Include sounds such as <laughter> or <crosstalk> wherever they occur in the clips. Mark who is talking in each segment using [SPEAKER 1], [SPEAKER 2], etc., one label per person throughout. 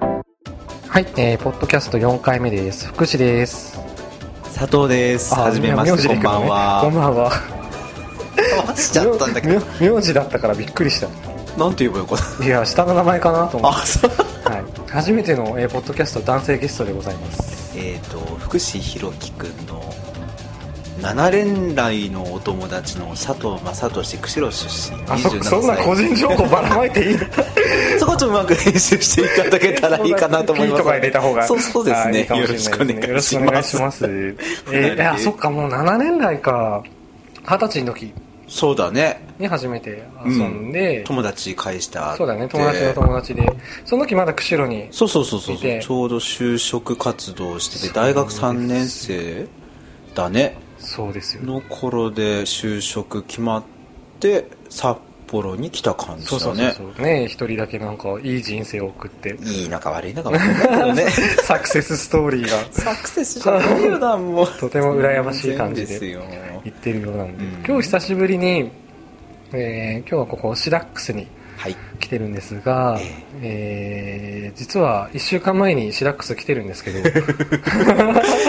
[SPEAKER 1] はい、えー、ポッドキャスト4回目です。福士です。
[SPEAKER 2] 佐藤です。
[SPEAKER 1] あ
[SPEAKER 2] はじめま
[SPEAKER 1] 名
[SPEAKER 2] し
[SPEAKER 1] 字
[SPEAKER 2] て、
[SPEAKER 1] で
[SPEAKER 2] こ
[SPEAKER 1] 行
[SPEAKER 2] ん
[SPEAKER 1] く
[SPEAKER 2] ば
[SPEAKER 1] の
[SPEAKER 2] ん
[SPEAKER 1] ねこんば
[SPEAKER 2] は。
[SPEAKER 1] んは。
[SPEAKER 2] 飛ばしちゃったんだけど、
[SPEAKER 1] <laughs> 名名字だったからびっくりし。
[SPEAKER 2] なんて言えばよかった
[SPEAKER 1] いや、下の名前かなと
[SPEAKER 2] た。
[SPEAKER 1] 思
[SPEAKER 2] あ
[SPEAKER 1] っ、
[SPEAKER 2] そう。
[SPEAKER 1] て。はい。初めての、えー、ポッドキャスト男性ゲストでございます。
[SPEAKER 2] <laughs> えっと、福士弘樹くんの。七連来のお友達の佐藤正俊釧路出身。
[SPEAKER 1] あ、そ、
[SPEAKER 2] 27歳
[SPEAKER 1] そんな個人情報ばらまいていいの
[SPEAKER 2] そこちょっとうまく編集していただけたらいいかなと思いま
[SPEAKER 1] <laughs> ピ
[SPEAKER 2] す。
[SPEAKER 1] ーとか入れた方が。
[SPEAKER 2] そう、そうです
[SPEAKER 1] はいい
[SPEAKER 2] ね。
[SPEAKER 1] いかも
[SPEAKER 2] よ
[SPEAKER 1] れ
[SPEAKER 2] ろ
[SPEAKER 1] ない
[SPEAKER 2] し
[SPEAKER 1] です
[SPEAKER 2] くお
[SPEAKER 1] ね
[SPEAKER 2] 願いします。
[SPEAKER 1] よろしくお願いします。えー、いや、そっか、もう7年来か。二十歳の時
[SPEAKER 2] そうだね。
[SPEAKER 1] に初めて遊んで、
[SPEAKER 2] 友達返したって。
[SPEAKER 1] そうだね、友達の友達で。その時まだ釧路に
[SPEAKER 2] そうそうそうそう
[SPEAKER 1] いて
[SPEAKER 2] ちょうど就職活動してて
[SPEAKER 1] そうなんで
[SPEAKER 2] 大学
[SPEAKER 1] す
[SPEAKER 2] 3年生だね
[SPEAKER 1] そうですよ
[SPEAKER 2] の頃で就職決まって札幌に来た感じだ
[SPEAKER 1] そ
[SPEAKER 2] ね
[SPEAKER 1] うそうそうそうね一人だけなんかいい人生を送って <laughs>
[SPEAKER 2] いい仲悪い仲悪いんだけどね
[SPEAKER 1] サクセスストーリーが
[SPEAKER 2] サクセスじゃないよなもう
[SPEAKER 1] とても羨ましい感じで
[SPEAKER 2] 全然ですよ
[SPEAKER 1] いってるようなんで、
[SPEAKER 2] うん
[SPEAKER 1] 今日久しぶりに、えー今日はここシダックスに
[SPEAKER 2] はい
[SPEAKER 1] 来てるんですが、えー実は1週間前にシダックス来てるんですけ <laughs> ど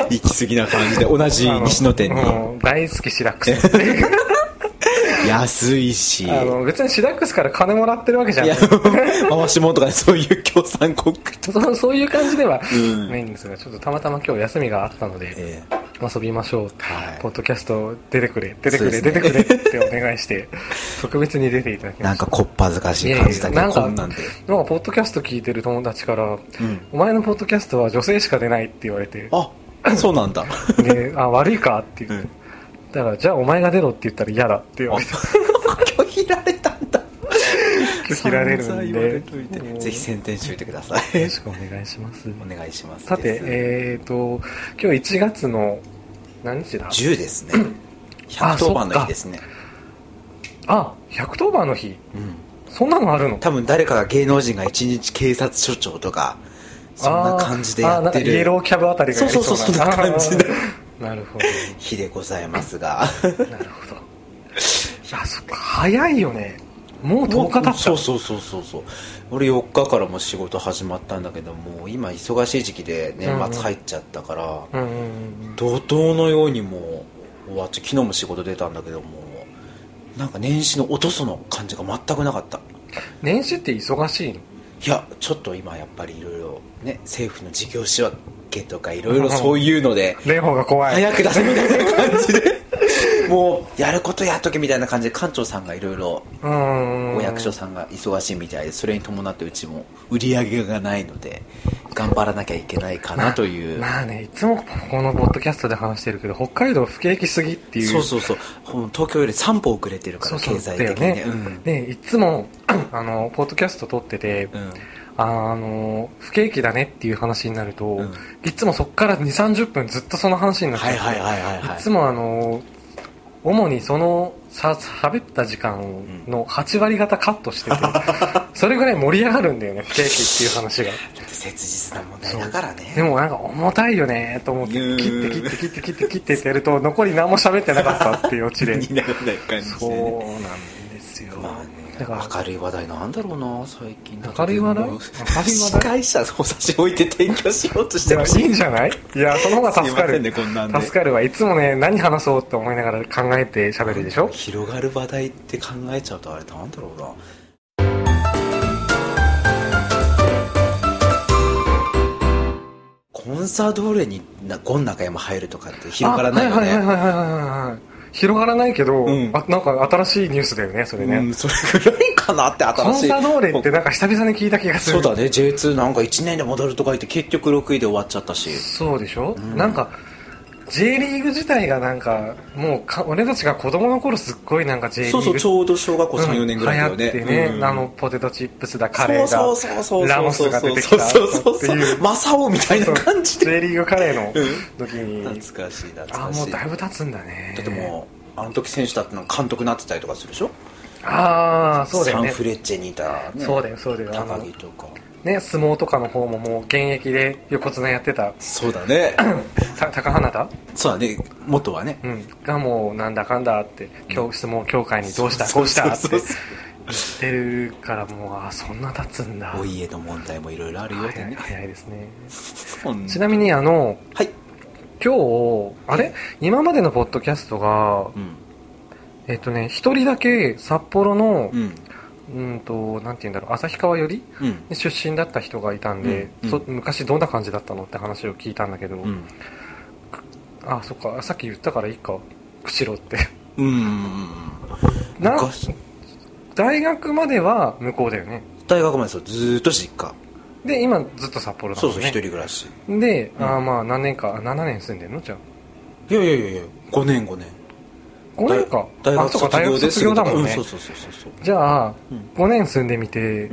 [SPEAKER 2] 行き過ぎな感じで同じ西野店に
[SPEAKER 1] あのうん大好きシダックス <laughs>
[SPEAKER 2] 安いしい
[SPEAKER 1] あの別にシダックスから金もらってるわけじゃな
[SPEAKER 2] や
[SPEAKER 1] い
[SPEAKER 2] 回し物とかそういう協賛国
[SPEAKER 1] <laughs> そうそういう感じでは
[SPEAKER 2] うん
[SPEAKER 1] ないんですが、ちょっとたまたま今日休みがあったので、
[SPEAKER 2] ええ
[SPEAKER 1] 遊びましょう、
[SPEAKER 2] はい
[SPEAKER 1] ポッドキャスト出てくれ出てくれ、
[SPEAKER 2] そう
[SPEAKER 1] 出
[SPEAKER 2] で
[SPEAKER 1] て
[SPEAKER 2] す
[SPEAKER 1] く
[SPEAKER 2] ね
[SPEAKER 1] れってお願いして
[SPEAKER 2] <laughs>
[SPEAKER 1] 特別に出ていただきま
[SPEAKER 2] なん
[SPEAKER 1] した
[SPEAKER 2] かこっぱずかしい感じだけ
[SPEAKER 1] いやい
[SPEAKER 2] ど
[SPEAKER 1] やなんか
[SPEAKER 2] こんなんで
[SPEAKER 1] なんかポッドキャスト聞いてる友達から
[SPEAKER 2] うん
[SPEAKER 1] 「お前のポッドキャストは女性しか出ない」って言われて
[SPEAKER 2] あそうな
[SPEAKER 1] <laughs>
[SPEAKER 2] んだ
[SPEAKER 1] 「であ悪いか」って言って、だから「じゃあお前が出ろ」って言ったら嫌だって言われ <laughs> て
[SPEAKER 2] 拒否られたんだ
[SPEAKER 1] 切られる
[SPEAKER 2] 散々
[SPEAKER 1] ん
[SPEAKER 2] 言わ
[SPEAKER 1] で
[SPEAKER 2] れといて
[SPEAKER 1] もう
[SPEAKER 2] ぜひ宣伝しといてくださ
[SPEAKER 1] よろ <laughs>
[SPEAKER 2] い
[SPEAKER 1] しくお願いします
[SPEAKER 2] お願いします
[SPEAKER 1] さて
[SPEAKER 2] です
[SPEAKER 1] えーと今日1月の何日だ
[SPEAKER 2] 10ですね110番の日ですね
[SPEAKER 1] あ110番の日
[SPEAKER 2] うん
[SPEAKER 1] そんなのあるの
[SPEAKER 2] 多分誰かが芸能人が一日警察署長とかそんな感じでやって
[SPEAKER 1] あーあーなんかイエ
[SPEAKER 2] る
[SPEAKER 1] ローキャブあたりがやり
[SPEAKER 2] そうそうそうそんな感じだ
[SPEAKER 1] あーなるほど
[SPEAKER 2] 日でございま
[SPEAKER 1] <laughs>
[SPEAKER 2] すが
[SPEAKER 1] なるほどいやそっか早いよねもう10日経った
[SPEAKER 2] <laughs> そうそうそうそうそう俺4日からも仕事始まったんだけどもう今忙しい時期で年末入っちゃったから、
[SPEAKER 1] うんうんうん
[SPEAKER 2] 怒涛のようにもう終わっちゃう昨日も仕事出たんだけどもなんか年始のおとその感じが全くなかった
[SPEAKER 1] 年始って忙しいの
[SPEAKER 2] いやちょっと今やっぱりいろいろね政府の事業仕分けとかいろいろそういうので
[SPEAKER 1] 蓮舫が怖い
[SPEAKER 2] 早く出せみたいな感じでもうやることやっとけみたいな感じで館長さんがいろいろ
[SPEAKER 1] うん
[SPEAKER 2] お役所さんが忙しいみたいでそれに伴ってうちも売り上げがないので頑張らなきゃいけないかなという
[SPEAKER 1] まあねいつもここのポッドキャストで話してるけど北海道不景気すぎっていう
[SPEAKER 2] そうそうそうほん東京より3歩遅れてるか
[SPEAKER 1] そ
[SPEAKER 2] ら
[SPEAKER 1] うそう
[SPEAKER 2] 経済的に
[SPEAKER 1] だ
[SPEAKER 2] ね
[SPEAKER 1] よ
[SPEAKER 2] う
[SPEAKER 1] ね
[SPEAKER 2] ん
[SPEAKER 1] でいつも <clears throat> あのポッドキャスト撮ってて
[SPEAKER 2] うん
[SPEAKER 1] あの不景気だねっていう話になると、
[SPEAKER 2] ん
[SPEAKER 1] いつもそっから2 3 0分ずっとその話になっちゃ
[SPEAKER 2] は
[SPEAKER 1] う
[SPEAKER 2] いはいはいはいはい
[SPEAKER 1] いつもあの主にそのさ喋った時間を
[SPEAKER 2] ん
[SPEAKER 1] の8割方カット
[SPEAKER 2] <laughs>
[SPEAKER 1] しててそれぐらい盛り上がるんだよね不景気っていう話が
[SPEAKER 2] 切実な問題だからね
[SPEAKER 1] でもなんか重たいよねと思って
[SPEAKER 2] うん
[SPEAKER 1] 切って切って切って切って切ってってやると残り何も喋ってなかったっていうオチで
[SPEAKER 2] になら <laughs> ない感じ
[SPEAKER 1] そう
[SPEAKER 2] でね
[SPEAKER 1] なんですよ
[SPEAKER 2] まあね
[SPEAKER 1] だから
[SPEAKER 2] 明るい話題なんだろうな最近
[SPEAKER 1] 明るい話題
[SPEAKER 2] も
[SPEAKER 1] 明
[SPEAKER 2] う
[SPEAKER 1] るい話題
[SPEAKER 2] 司会者を差し置いて提供しようとし
[SPEAKER 1] で
[SPEAKER 2] て
[SPEAKER 1] も
[SPEAKER 2] ほ
[SPEAKER 1] い
[SPEAKER 2] し
[SPEAKER 1] い
[SPEAKER 2] い
[SPEAKER 1] んじゃないいやその方が助か
[SPEAKER 2] すいませ
[SPEAKER 1] る、
[SPEAKER 2] んねこんなんで
[SPEAKER 1] 助かるはいつもね何話そうと思いながら考えて喋るでしょ
[SPEAKER 2] 広がる話題って考えちゃうとあれなんだろうなコンサートホールになゴン中山入るとかって広がらないよ
[SPEAKER 1] あはい
[SPEAKER 2] ね
[SPEAKER 1] はいはいはいはいはい広がらないけど、
[SPEAKER 2] うん
[SPEAKER 1] あなんか新しいニュースだよねそれね、
[SPEAKER 2] うんそれぐらいかなって
[SPEAKER 1] コ
[SPEAKER 2] 新
[SPEAKER 1] ン
[SPEAKER 2] しい
[SPEAKER 1] サドーレってなんか久々に聞いた気がす
[SPEAKER 2] そ
[SPEAKER 1] る
[SPEAKER 2] うだね J2 なんか1年で戻るとか言って結局6位で終わっちゃったし
[SPEAKER 1] そうでしょ、
[SPEAKER 2] ん
[SPEAKER 1] なんか J リーグ自体がなんかもうか俺たちが子供の頃すっごいなんか J リー
[SPEAKER 2] そ
[SPEAKER 1] グ
[SPEAKER 2] うそうちょうど小学校34年ぐらいだよね,、
[SPEAKER 1] 流行ってね、
[SPEAKER 2] うん
[SPEAKER 1] あのポテトチップスだカレーだ
[SPEAKER 2] そうそうそうそうそう
[SPEAKER 1] ラモスが出てきた
[SPEAKER 2] そうそうそう
[SPEAKER 1] ってい
[SPEAKER 2] そううマサオみたいな感じで
[SPEAKER 1] J リーグカレーの時に、
[SPEAKER 2] 懐かしい懐
[SPEAKER 1] あ
[SPEAKER 2] か
[SPEAKER 1] も
[SPEAKER 2] し
[SPEAKER 1] う
[SPEAKER 2] い
[SPEAKER 1] だいぶ経つんだね
[SPEAKER 2] だってもうあの時選手だったのが監督になってたりとかするでしょ
[SPEAKER 1] ああそうだよね
[SPEAKER 2] サンフレッチェにいた、ね、
[SPEAKER 1] そうだよそうだよあ
[SPEAKER 2] 高
[SPEAKER 1] の
[SPEAKER 2] 木とか
[SPEAKER 1] ね相撲とかの方ももう現役で横綱やってた
[SPEAKER 2] そう
[SPEAKER 1] <clears throat>
[SPEAKER 2] だね
[SPEAKER 1] た高花田、
[SPEAKER 2] そうだね元はね
[SPEAKER 1] うん、がもうなんだかんだって今日相撲協会にどうしたこうしたっ
[SPEAKER 2] そうそう
[SPEAKER 1] て
[SPEAKER 2] そう
[SPEAKER 1] ってるからもうあそんな経つんだ
[SPEAKER 2] お家の問題もいろいろあるようで
[SPEAKER 1] 早い
[SPEAKER 2] ね
[SPEAKER 1] 早いですね
[SPEAKER 2] うん
[SPEAKER 1] ちなみにあの
[SPEAKER 2] はい、
[SPEAKER 1] 今日あれ今までのポッドキャストが
[SPEAKER 2] うん
[SPEAKER 1] えっとね一人だけ札幌の
[SPEAKER 2] うん
[SPEAKER 1] うんとなんて言うんだろう旭川寄り
[SPEAKER 2] うん
[SPEAKER 1] で出身だった人がいたんで、
[SPEAKER 2] うん
[SPEAKER 1] そ
[SPEAKER 2] うん
[SPEAKER 1] 昔どんな感じだったのって話を聞いたんだけど、
[SPEAKER 2] うん
[SPEAKER 1] あそっかさっき言ったからいいか釧路って
[SPEAKER 2] うんうんうん
[SPEAKER 1] な
[SPEAKER 2] 昔
[SPEAKER 1] 大学までは向こうだよね
[SPEAKER 2] 大学までそうずーっと実家
[SPEAKER 1] で今ずっと札幌だ
[SPEAKER 2] そ
[SPEAKER 1] も
[SPEAKER 2] うんそう
[SPEAKER 1] ね
[SPEAKER 2] 一人暮らし
[SPEAKER 1] で、
[SPEAKER 2] うん
[SPEAKER 1] あーまあ何年かあ7年住んでんのじゃあ
[SPEAKER 2] いやいやいやいや5年5年
[SPEAKER 1] 5年か
[SPEAKER 2] 大
[SPEAKER 1] あ
[SPEAKER 2] 学
[SPEAKER 1] そうか
[SPEAKER 2] 卒
[SPEAKER 1] 大
[SPEAKER 2] 業
[SPEAKER 1] 学
[SPEAKER 2] です
[SPEAKER 1] 卒
[SPEAKER 2] ぐ
[SPEAKER 1] 業だもんね、
[SPEAKER 2] うそうそうそうそう
[SPEAKER 1] じゃあ
[SPEAKER 2] うん
[SPEAKER 1] 5年住んでみて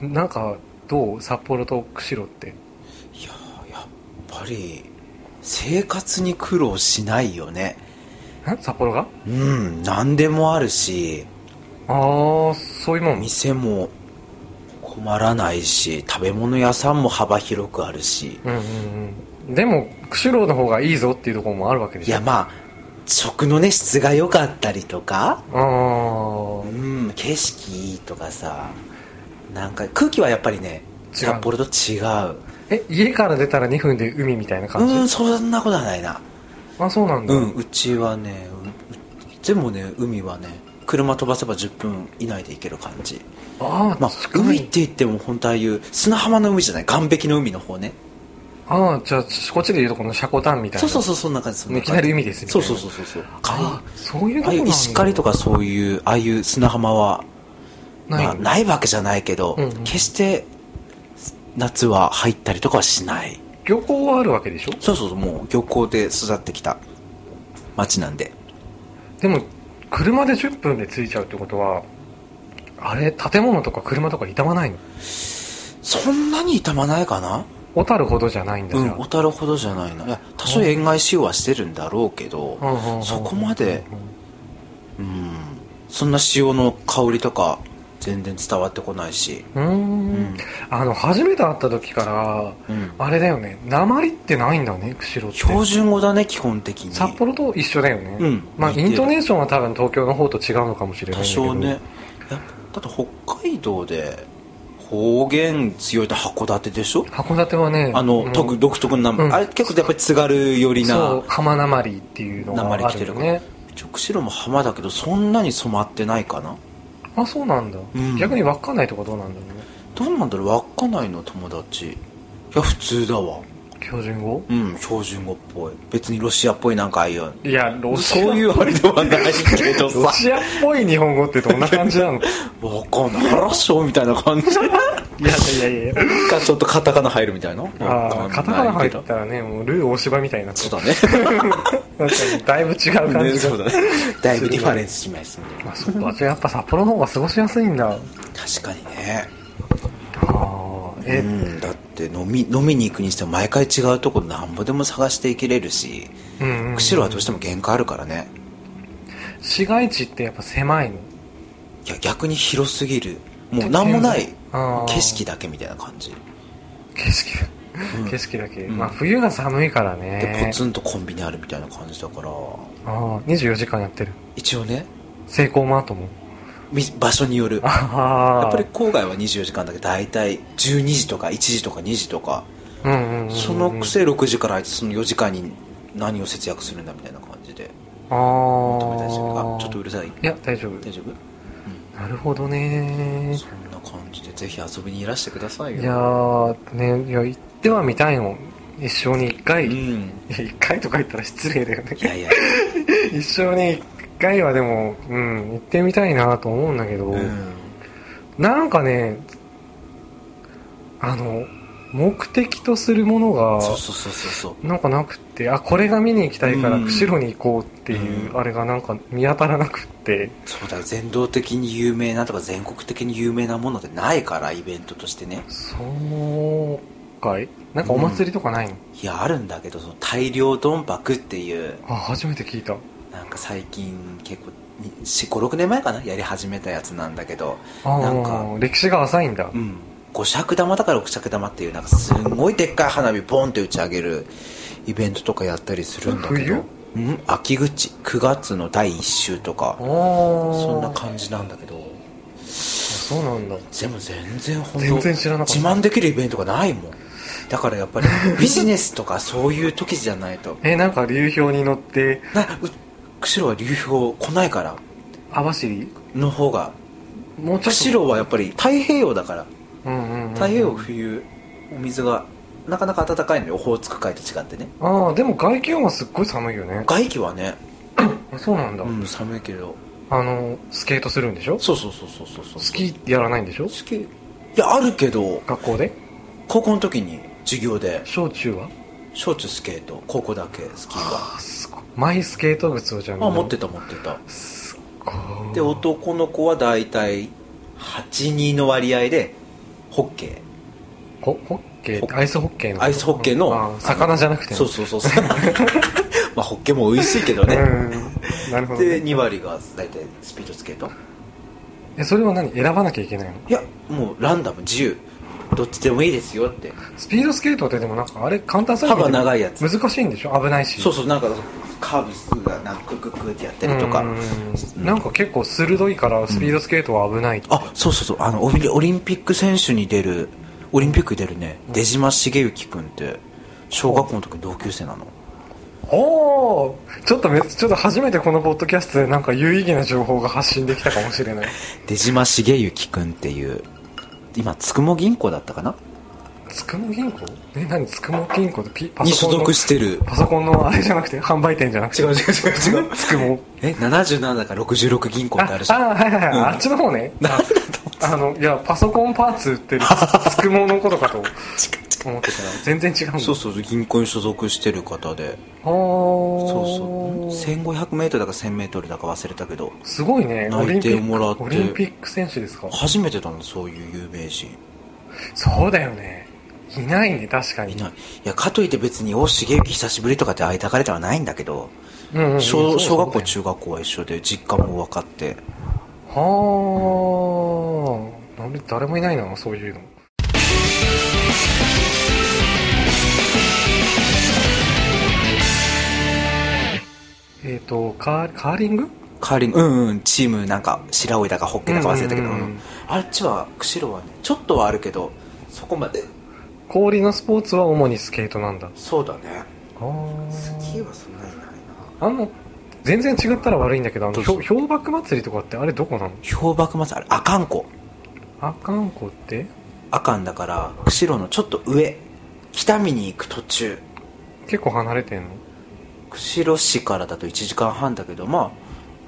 [SPEAKER 2] う、ん
[SPEAKER 1] なんかどう札幌と釧路って
[SPEAKER 2] いやーやっぱり生活に苦労しないよね
[SPEAKER 1] ん札幌が
[SPEAKER 2] うん何でもあるし
[SPEAKER 1] ああそういうもん
[SPEAKER 2] 店も困らないし食べ物屋さんも幅広くあるし
[SPEAKER 1] うんうんうんでも釧路の方がいいぞっていうところもあるわけで
[SPEAKER 2] い
[SPEAKER 1] しょ
[SPEAKER 2] やまあ食のね質が良かったりとか
[SPEAKER 1] ああ
[SPEAKER 2] うん景色いいとかさなんか空気はやっぱりね
[SPEAKER 1] う
[SPEAKER 2] 札幌と違う
[SPEAKER 1] え家から出たら2分で海みたいな感じ、
[SPEAKER 2] うんそんなことはないな
[SPEAKER 1] あそうなんだ、
[SPEAKER 2] うんうちはねうでもね海はね車飛ばせば10分以内で行ける感じ
[SPEAKER 1] ああ、
[SPEAKER 2] まあ
[SPEAKER 1] 近い
[SPEAKER 2] 海って言っても本当ああいう砂浜の海じゃない岸壁の海の方ね
[SPEAKER 1] ああじゃあこっちでいうとこの車庫タンみたい
[SPEAKER 2] そ
[SPEAKER 1] な
[SPEAKER 2] うそうそうそんな感じそんな感じ
[SPEAKER 1] いきなり海ですみた
[SPEAKER 2] そ
[SPEAKER 1] いうな
[SPEAKER 2] そうそうそうそう
[SPEAKER 1] ああ
[SPEAKER 2] あ
[SPEAKER 1] そういう
[SPEAKER 2] あ
[SPEAKER 1] とこ
[SPEAKER 2] あい
[SPEAKER 1] なん
[SPEAKER 2] う
[SPEAKER 1] だ
[SPEAKER 2] 石狩とかそういうああいう砂浜は
[SPEAKER 1] ない、
[SPEAKER 2] まあ、ないわけじゃないけど、
[SPEAKER 1] うんうん
[SPEAKER 2] 決して夏は入ったりとかはしない
[SPEAKER 1] 漁港はあるわけでしょ
[SPEAKER 2] そうそうそうもう漁港で育ってきた町なんで
[SPEAKER 1] でも車で10分で着いちゃうってことはあれ建物とか車とか傷まないの
[SPEAKER 2] そんなに傷まないかな
[SPEAKER 1] 小樽ほどじゃないんだ
[SPEAKER 2] う
[SPEAKER 1] じ
[SPEAKER 2] ん
[SPEAKER 1] ゃあ、
[SPEAKER 2] 小樽ほどじゃないないや多少塩害使用はしてるんだろうけど
[SPEAKER 1] うんうんうん
[SPEAKER 2] そこまでうんそんな塩の香りとか全然伝わってこないし
[SPEAKER 1] うんうん
[SPEAKER 2] うん
[SPEAKER 1] あの初めて会った時から
[SPEAKER 2] うん
[SPEAKER 1] あれだよね鉛ってないんだね釧路っ
[SPEAKER 2] 標
[SPEAKER 1] て
[SPEAKER 2] 準語だね基本的に
[SPEAKER 1] 札幌と一緒だよね、
[SPEAKER 2] うん
[SPEAKER 1] まあ
[SPEAKER 2] 似て
[SPEAKER 1] イ
[SPEAKER 2] る
[SPEAKER 1] ントネーションは多分東京の方と違うのかもしれない
[SPEAKER 2] 多
[SPEAKER 1] んだけど
[SPEAKER 2] 少ねやっぱだって北海道で方言強いと函館でしょ
[SPEAKER 1] 函館はね
[SPEAKER 2] あ
[SPEAKER 1] う
[SPEAKER 2] の
[SPEAKER 1] ん
[SPEAKER 2] 独独特な、
[SPEAKER 1] うん
[SPEAKER 2] あれ結構やっぱり津軽寄り
[SPEAKER 1] そ
[SPEAKER 2] な
[SPEAKER 1] う浜なまりっていうのがあ
[SPEAKER 2] 訛り来て
[SPEAKER 1] るよ
[SPEAKER 2] るから
[SPEAKER 1] ね
[SPEAKER 2] 直白も浜だけどそんなに染まってないかな
[SPEAKER 1] あそうなんだ、
[SPEAKER 2] ん
[SPEAKER 1] 逆に稚内とかどうなんだろうね
[SPEAKER 2] どうなんだろう稚内の友達いや普通だわ
[SPEAKER 1] 標準語
[SPEAKER 2] うん標準語っぽい別にロシアっぽいなんかああいう
[SPEAKER 1] いやロシ
[SPEAKER 2] そ
[SPEAKER 1] ア
[SPEAKER 2] ういうあれではないけ
[SPEAKER 1] <laughs>
[SPEAKER 2] ど
[SPEAKER 1] ロ
[SPEAKER 2] さ
[SPEAKER 1] シアっぽい日本語ってどんな感じな
[SPEAKER 2] <laughs>
[SPEAKER 1] のい
[SPEAKER 2] わかんないハラッショーみたいな感じ
[SPEAKER 1] やいやいやいや
[SPEAKER 2] かちょっとカタカナ入るみたいなわかん
[SPEAKER 1] あ
[SPEAKER 2] な
[SPEAKER 1] あ
[SPEAKER 2] い
[SPEAKER 1] カタカナ入っ
[SPEAKER 2] けど
[SPEAKER 1] たらねもうルー大芝みたいになっちゃ
[SPEAKER 2] そううだね
[SPEAKER 1] なんかだいぶ違う感
[SPEAKER 2] ね
[SPEAKER 1] じ
[SPEAKER 2] そ
[SPEAKER 1] が、
[SPEAKER 2] うだねだいぶディファレンスしますね
[SPEAKER 1] あそっかじゃあやっぱ札幌の方が過ごしやすいんだあ
[SPEAKER 2] 確かにね
[SPEAKER 1] あえ、
[SPEAKER 2] うんだって飲み飲みに行くにしても毎回違うとこなんぼでも探していけれるし
[SPEAKER 1] うんうんうん
[SPEAKER 2] 釧路はどうしても限界あるからね
[SPEAKER 1] 市街地ってやっぱ狭いの
[SPEAKER 2] いや逆に広すぎるもう何もない
[SPEAKER 1] あー
[SPEAKER 2] 景色だけみたいな感じ
[SPEAKER 1] 景色だ、
[SPEAKER 2] うん
[SPEAKER 1] 景色だけ、
[SPEAKER 2] うん
[SPEAKER 1] まあ冬が寒いからね
[SPEAKER 2] でポツンとコンビニあるみたいな感じだか
[SPEAKER 1] あ
[SPEAKER 2] ら
[SPEAKER 1] あ24時間やってる
[SPEAKER 2] 一応ね
[SPEAKER 1] セイコーマートも
[SPEAKER 2] み場所による
[SPEAKER 1] ああ
[SPEAKER 2] やっぱり郊外は24時間だけど大体12時とか1時とか2時とか
[SPEAKER 1] うんうんうんうん
[SPEAKER 2] そのくせ6時から空いてその4時間に何を節約するんだみたいな感じで
[SPEAKER 1] あ
[SPEAKER 2] 止めたりしてるあ
[SPEAKER 1] あ
[SPEAKER 2] ちょっとうるさい
[SPEAKER 1] いや大丈夫
[SPEAKER 2] 大丈夫
[SPEAKER 1] なるほどね
[SPEAKER 2] そんな感じでぜひ遊びにいらしてくださいよ
[SPEAKER 1] いやーねいや行ってはみたいの一生に一回、
[SPEAKER 2] う
[SPEAKER 1] い
[SPEAKER 2] ん
[SPEAKER 1] や一回とか言ったら失礼だよね
[SPEAKER 2] いやいや
[SPEAKER 1] 一生に一回はでもうん行ってみたいなと思うんだけど、
[SPEAKER 2] うん
[SPEAKER 1] なんかねあの目的とするものが
[SPEAKER 2] そうそうそうそうそう
[SPEAKER 1] なんかなくってあこれが見に行きたいから
[SPEAKER 2] うん
[SPEAKER 1] 釧路に行こうっていう、
[SPEAKER 2] うん
[SPEAKER 1] あれがなんか見当たらなくって
[SPEAKER 2] そうだよ全道的に有名なとか全国的に有名なものってないからイベントとしてね
[SPEAKER 1] そうかいなんかお祭りとかないの、
[SPEAKER 2] いやあるんだけどその大量ドンパクっていう
[SPEAKER 1] あ初めて聞いた
[SPEAKER 2] なんか最近結構456年前かなやり始めたやつなんだけど
[SPEAKER 1] あ
[SPEAKER 2] なん
[SPEAKER 1] あ
[SPEAKER 2] か
[SPEAKER 1] 歴史が浅いんだ、
[SPEAKER 2] うん5尺玉だから6尺玉っていうなんかすんごいでっかい花火ボンって打ち上げるイベントとかやったりするんだけどうん秋口9月の第1週と
[SPEAKER 1] あ
[SPEAKER 2] か
[SPEAKER 1] あ
[SPEAKER 2] そんな感じなんだけど
[SPEAKER 1] そうなんだ
[SPEAKER 2] でも全然本当
[SPEAKER 1] 全然知らなかった
[SPEAKER 2] 自慢できるイベントがないもんだからやっ
[SPEAKER 1] <laughs>
[SPEAKER 2] ぱりビジネスとかそういう時じゃないと
[SPEAKER 1] えなんか流氷に乗って
[SPEAKER 2] なう釧路は流氷来ないから
[SPEAKER 1] 網走
[SPEAKER 2] の方が
[SPEAKER 1] もうちょっと
[SPEAKER 2] 釧路はやっぱり太平洋だから
[SPEAKER 1] うんうんうん
[SPEAKER 2] 太平洋冬お水がなかなか暖かいのよオホーツク海と違ってね
[SPEAKER 1] ああでも外気温はすっごい寒いよね
[SPEAKER 2] 外気はね、
[SPEAKER 1] あそうなんだ、
[SPEAKER 2] うん、寒いけど
[SPEAKER 1] あのスケートするんでしょ
[SPEAKER 2] そうそうそうそうそうそう
[SPEAKER 1] スキーやらないんでしょ
[SPEAKER 2] 好きいやあるけど
[SPEAKER 1] 学校で
[SPEAKER 2] 高校の時に授業で
[SPEAKER 1] 小中は
[SPEAKER 2] 小中スケート高校だけスキーは
[SPEAKER 1] あすごいマイスケート靴をじゃあ
[SPEAKER 2] あ持ってた持ってた
[SPEAKER 1] すっごい
[SPEAKER 2] で男の子は大体82の割合でホッケ
[SPEAKER 1] ホホッケ
[SPEAKER 2] ホッ
[SPEAKER 1] ーアイスホッケーの
[SPEAKER 2] アイスホッケーの
[SPEAKER 1] あ魚じゃなくてね
[SPEAKER 2] ーそうそうそう <laughs> そうまあホッケも美味しいけど
[SPEAKER 1] う
[SPEAKER 2] ね
[SPEAKER 1] んなるほどね、
[SPEAKER 2] で2割が大体スピードスケート
[SPEAKER 1] えそれは何選ばなきゃいけないの
[SPEAKER 2] いやもうランダム自由どっちでもいいですよって
[SPEAKER 1] スピードスケートってでもなんかあれ簡単そうに見えて
[SPEAKER 2] 幅長いやつ
[SPEAKER 1] 難しいんでしょ危ないし
[SPEAKER 2] そう
[SPEAKER 1] う
[SPEAKER 2] そうなんかカーブがなんかククククってやってるとか
[SPEAKER 1] んなんか結構鋭いからスピードスケートは危ないと、
[SPEAKER 2] あそうそうそうあのオリオリンピック選手に出るオリンピックに出るね出島茂之君って小学校の時の同級生なの
[SPEAKER 1] おおちょっとめちょっと初めてこのポッドキャストでなんか有意義な情報が発信できたかもしれない
[SPEAKER 2] 出島茂之君っていう今つくも銀行だったかな
[SPEAKER 1] つくも銀行え何つくも銀行ってピパ
[SPEAKER 2] に
[SPEAKER 1] ソコンの
[SPEAKER 2] 所属してる
[SPEAKER 1] パソコンのあれじゃなくて販売店じゃなくて
[SPEAKER 2] 違う違う違う違う
[SPEAKER 1] つくも
[SPEAKER 2] え77だか66銀行ってあるじゃん
[SPEAKER 1] ああはいはいはい、
[SPEAKER 2] うん
[SPEAKER 1] あっちの方ねああのいやパソコンパーツ売
[SPEAKER 2] <laughs>
[SPEAKER 1] ってるつつくものことかと思ってたら全然違うんだ
[SPEAKER 2] そうそうそう銀行に所属してる方で
[SPEAKER 1] あー
[SPEAKER 2] そうそう1 5 0 0ルだか1 0 0 0ルだか忘れたけど
[SPEAKER 1] すごいねオリ
[SPEAKER 2] 内
[SPEAKER 1] ンピ
[SPEAKER 2] 定を
[SPEAKER 1] ッ
[SPEAKER 2] もらって
[SPEAKER 1] クオリンピック選手ですか
[SPEAKER 2] 初めてだなそういう有名人
[SPEAKER 1] そうだよねいないね確かに
[SPEAKER 2] いないいやかといって別に「お茂之久しぶり」とかって会いたかれてはないんだけど
[SPEAKER 1] うんうんうんそうだ
[SPEAKER 2] 小小学校
[SPEAKER 1] ね
[SPEAKER 2] 中学校は一緒で実家も分かって
[SPEAKER 1] はあ、なんで誰もいないな、そういうの。えっ、とカー、カーリング
[SPEAKER 2] カーリングうんうんチームなんか白老だかホッケだか忘れたけど、
[SPEAKER 1] うんうんうん
[SPEAKER 2] うんあっちは釧路はねちょっとはあるけどそこまで
[SPEAKER 1] 氷のスポーツは主にスケートなんだ。
[SPEAKER 2] そうだね
[SPEAKER 1] あー
[SPEAKER 2] スキーはそんなにないな
[SPEAKER 1] あの、全然違ったら悪いんだけど、あの、
[SPEAKER 2] どう
[SPEAKER 1] ひ
[SPEAKER 2] ぞ
[SPEAKER 1] ょ氷瀑祭りとかってあれどこなの
[SPEAKER 2] 氷瀑祭りあかんこ
[SPEAKER 1] あかんこって
[SPEAKER 2] あかんだから釧路のちょっと上北見に行く途中
[SPEAKER 1] 結構離れてんの
[SPEAKER 2] 釧路市からだと1時間半だけどまあ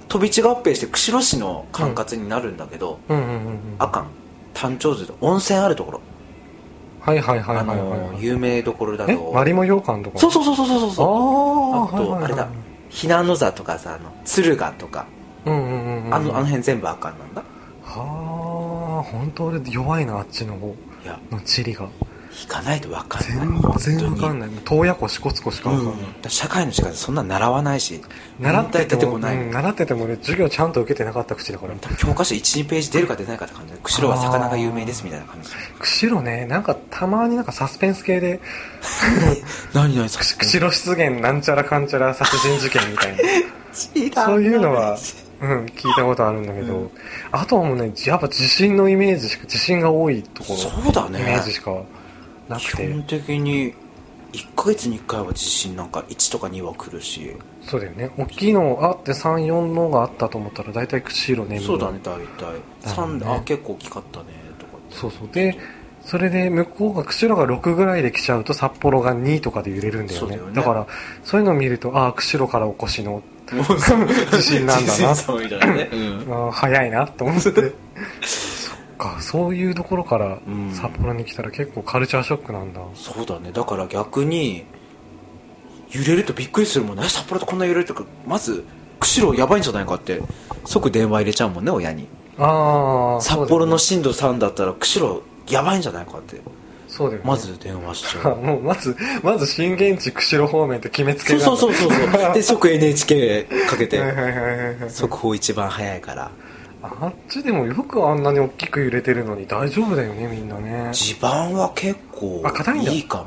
[SPEAKER 2] 飛び地合併して釧路市の管轄になるんだけど、
[SPEAKER 1] うんうんうんうん。
[SPEAKER 2] 阿寒丹頂寺と温泉あるところ、
[SPEAKER 1] はいはいはいはいはいはい、
[SPEAKER 2] あの有名どころだと
[SPEAKER 1] えマリモ羊羹とか
[SPEAKER 2] そうそうそうそうそ
[SPEAKER 1] あ
[SPEAKER 2] うそうあ
[SPEAKER 1] ー
[SPEAKER 2] と、
[SPEAKER 1] はいはいはい
[SPEAKER 2] あれだ避難の座とかさあの鶴ヶとか、
[SPEAKER 1] うんうんうんうん
[SPEAKER 2] あのあの辺全部阿寒なんだ
[SPEAKER 1] はあ本当俺弱いなあっちの方
[SPEAKER 2] いや
[SPEAKER 1] の地理が
[SPEAKER 2] 行かないと分かんない
[SPEAKER 1] 全然わかん
[SPEAKER 2] い
[SPEAKER 1] ない洞爺湖支笏湖しかわかんない、
[SPEAKER 2] 社会の時間でそんな習わないし
[SPEAKER 1] 習ってて
[SPEAKER 2] 出て
[SPEAKER 1] も
[SPEAKER 2] こない、
[SPEAKER 1] うん習ってても俺授業ちゃんと受けてなかった口だから
[SPEAKER 2] 多分教科書12ページ出るか出ないかって感じで釧路は魚が有名ですみたいな感じ
[SPEAKER 1] 釧路ねなんかたまになんかサスペンス系で
[SPEAKER 2] 何何
[SPEAKER 1] くし釧路出現なんちゃらかんちゃら殺人事件み
[SPEAKER 2] <laughs>
[SPEAKER 1] たいなそういうのはうん聞いたことあるんだけど、
[SPEAKER 2] うん
[SPEAKER 1] あとはもうねやっぱ地震のイメージしか地震が多いところ
[SPEAKER 2] そうだ
[SPEAKER 1] イ
[SPEAKER 2] ね
[SPEAKER 1] メージしかな
[SPEAKER 2] 基
[SPEAKER 1] くて
[SPEAKER 2] 本的に1ヶ月に1回は地震なんか1とか2は来るし
[SPEAKER 1] そうだよね大きいのあって34のがあったと思ったら大体釧路ね
[SPEAKER 2] そうだね大体
[SPEAKER 1] だろうね
[SPEAKER 2] 3あ結構大きかったねとかって
[SPEAKER 1] そうそうでそれで向こうが釧路が6ぐらいで来ちゃうと札幌が2とかで揺れるんだよ
[SPEAKER 2] そう
[SPEAKER 1] ね
[SPEAKER 2] だ
[SPEAKER 1] だ
[SPEAKER 2] よね
[SPEAKER 1] からそういうのを見るとああ釧路からお越しの
[SPEAKER 2] 地
[SPEAKER 1] 地震なんだな
[SPEAKER 2] そうみたいな <clears throat> ね、うん、
[SPEAKER 1] ああ早いなと思って
[SPEAKER 2] <laughs>
[SPEAKER 1] そっかそういうところから
[SPEAKER 2] うん
[SPEAKER 1] 札幌に来たら結構カルチャーショックなんだ、
[SPEAKER 2] そうだねだから逆に揺れるとびっくりするもんね札幌とこんな揺れるとかまず釧路やばいんじゃないかって即電話入れちゃうもんね親に
[SPEAKER 1] ああ
[SPEAKER 2] <laughs> 札幌の震度3だったら釧路やばいんじゃないかって
[SPEAKER 1] そうだよね
[SPEAKER 2] まず電話しちゃ
[SPEAKER 1] あ <laughs>
[SPEAKER 2] う
[SPEAKER 1] もうまずまず震源地釧路方面って決めつけ
[SPEAKER 2] そう
[SPEAKER 1] が
[SPEAKER 2] そうそううそう <laughs> そうで即 NHK かけて
[SPEAKER 1] はいはいはいはいはい
[SPEAKER 2] 速報一番早いから
[SPEAKER 1] あっちでもよくあんなに大きく揺れてるのに大丈夫だよねみんなね
[SPEAKER 2] 地盤は結構
[SPEAKER 1] あ硬いんだ
[SPEAKER 2] いいかも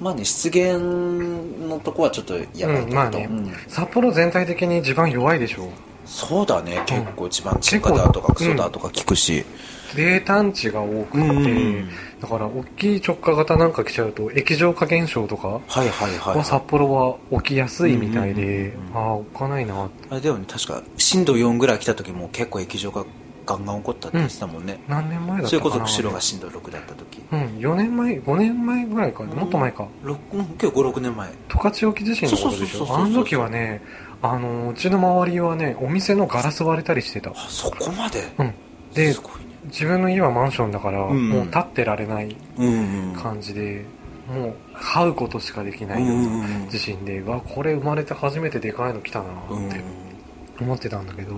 [SPEAKER 2] まあね湿原のとこはちょっとやばいけど、
[SPEAKER 1] うんまあね
[SPEAKER 2] うん
[SPEAKER 1] 札幌全体的に地盤弱いでしょ
[SPEAKER 2] そうだね結構地盤沈下だと
[SPEAKER 1] う
[SPEAKER 2] か
[SPEAKER 1] ん
[SPEAKER 2] クソだとか聞くし、
[SPEAKER 1] 冷探地が多くて、
[SPEAKER 2] うんうんうん
[SPEAKER 1] だから大きい直下型なんか来ちゃうと液状化現象とか
[SPEAKER 2] はいはいはい、
[SPEAKER 1] は札幌は起きやすいみたいで、
[SPEAKER 2] うんうんうんうん
[SPEAKER 1] ああ置かないな
[SPEAKER 2] あれだよね確か震度4ぐらい来た時も結構液状がガンガン起こったって言ってたもんね、
[SPEAKER 1] 何年前だっ
[SPEAKER 2] そ
[SPEAKER 1] たか
[SPEAKER 2] れこ
[SPEAKER 1] な
[SPEAKER 2] そ釧路が震度6だった時
[SPEAKER 1] うん4年前5年前ぐらいか、
[SPEAKER 2] うん
[SPEAKER 1] もっと前か
[SPEAKER 2] 6うん結構56年前
[SPEAKER 1] 十勝沖地震のことでし
[SPEAKER 2] そうそうそ
[SPEAKER 1] ょ
[SPEAKER 2] うそうそう
[SPEAKER 1] あの時はねあのうちの周りはねお店のガラス割れたりしてた
[SPEAKER 2] あそこまで、
[SPEAKER 1] うんです
[SPEAKER 2] ごいね
[SPEAKER 1] 自分の家はマンションだから、
[SPEAKER 2] うん
[SPEAKER 1] もう立ってられない
[SPEAKER 2] うんうん
[SPEAKER 1] 感じで、もう這うことしかできな
[SPEAKER 2] う
[SPEAKER 1] い
[SPEAKER 2] ん
[SPEAKER 1] よ
[SPEAKER 2] う
[SPEAKER 1] うなん
[SPEAKER 2] うん
[SPEAKER 1] 地震で、うわこれ生まれて初めてでかいの来たな
[SPEAKER 2] うん
[SPEAKER 1] って思ってたんだけど、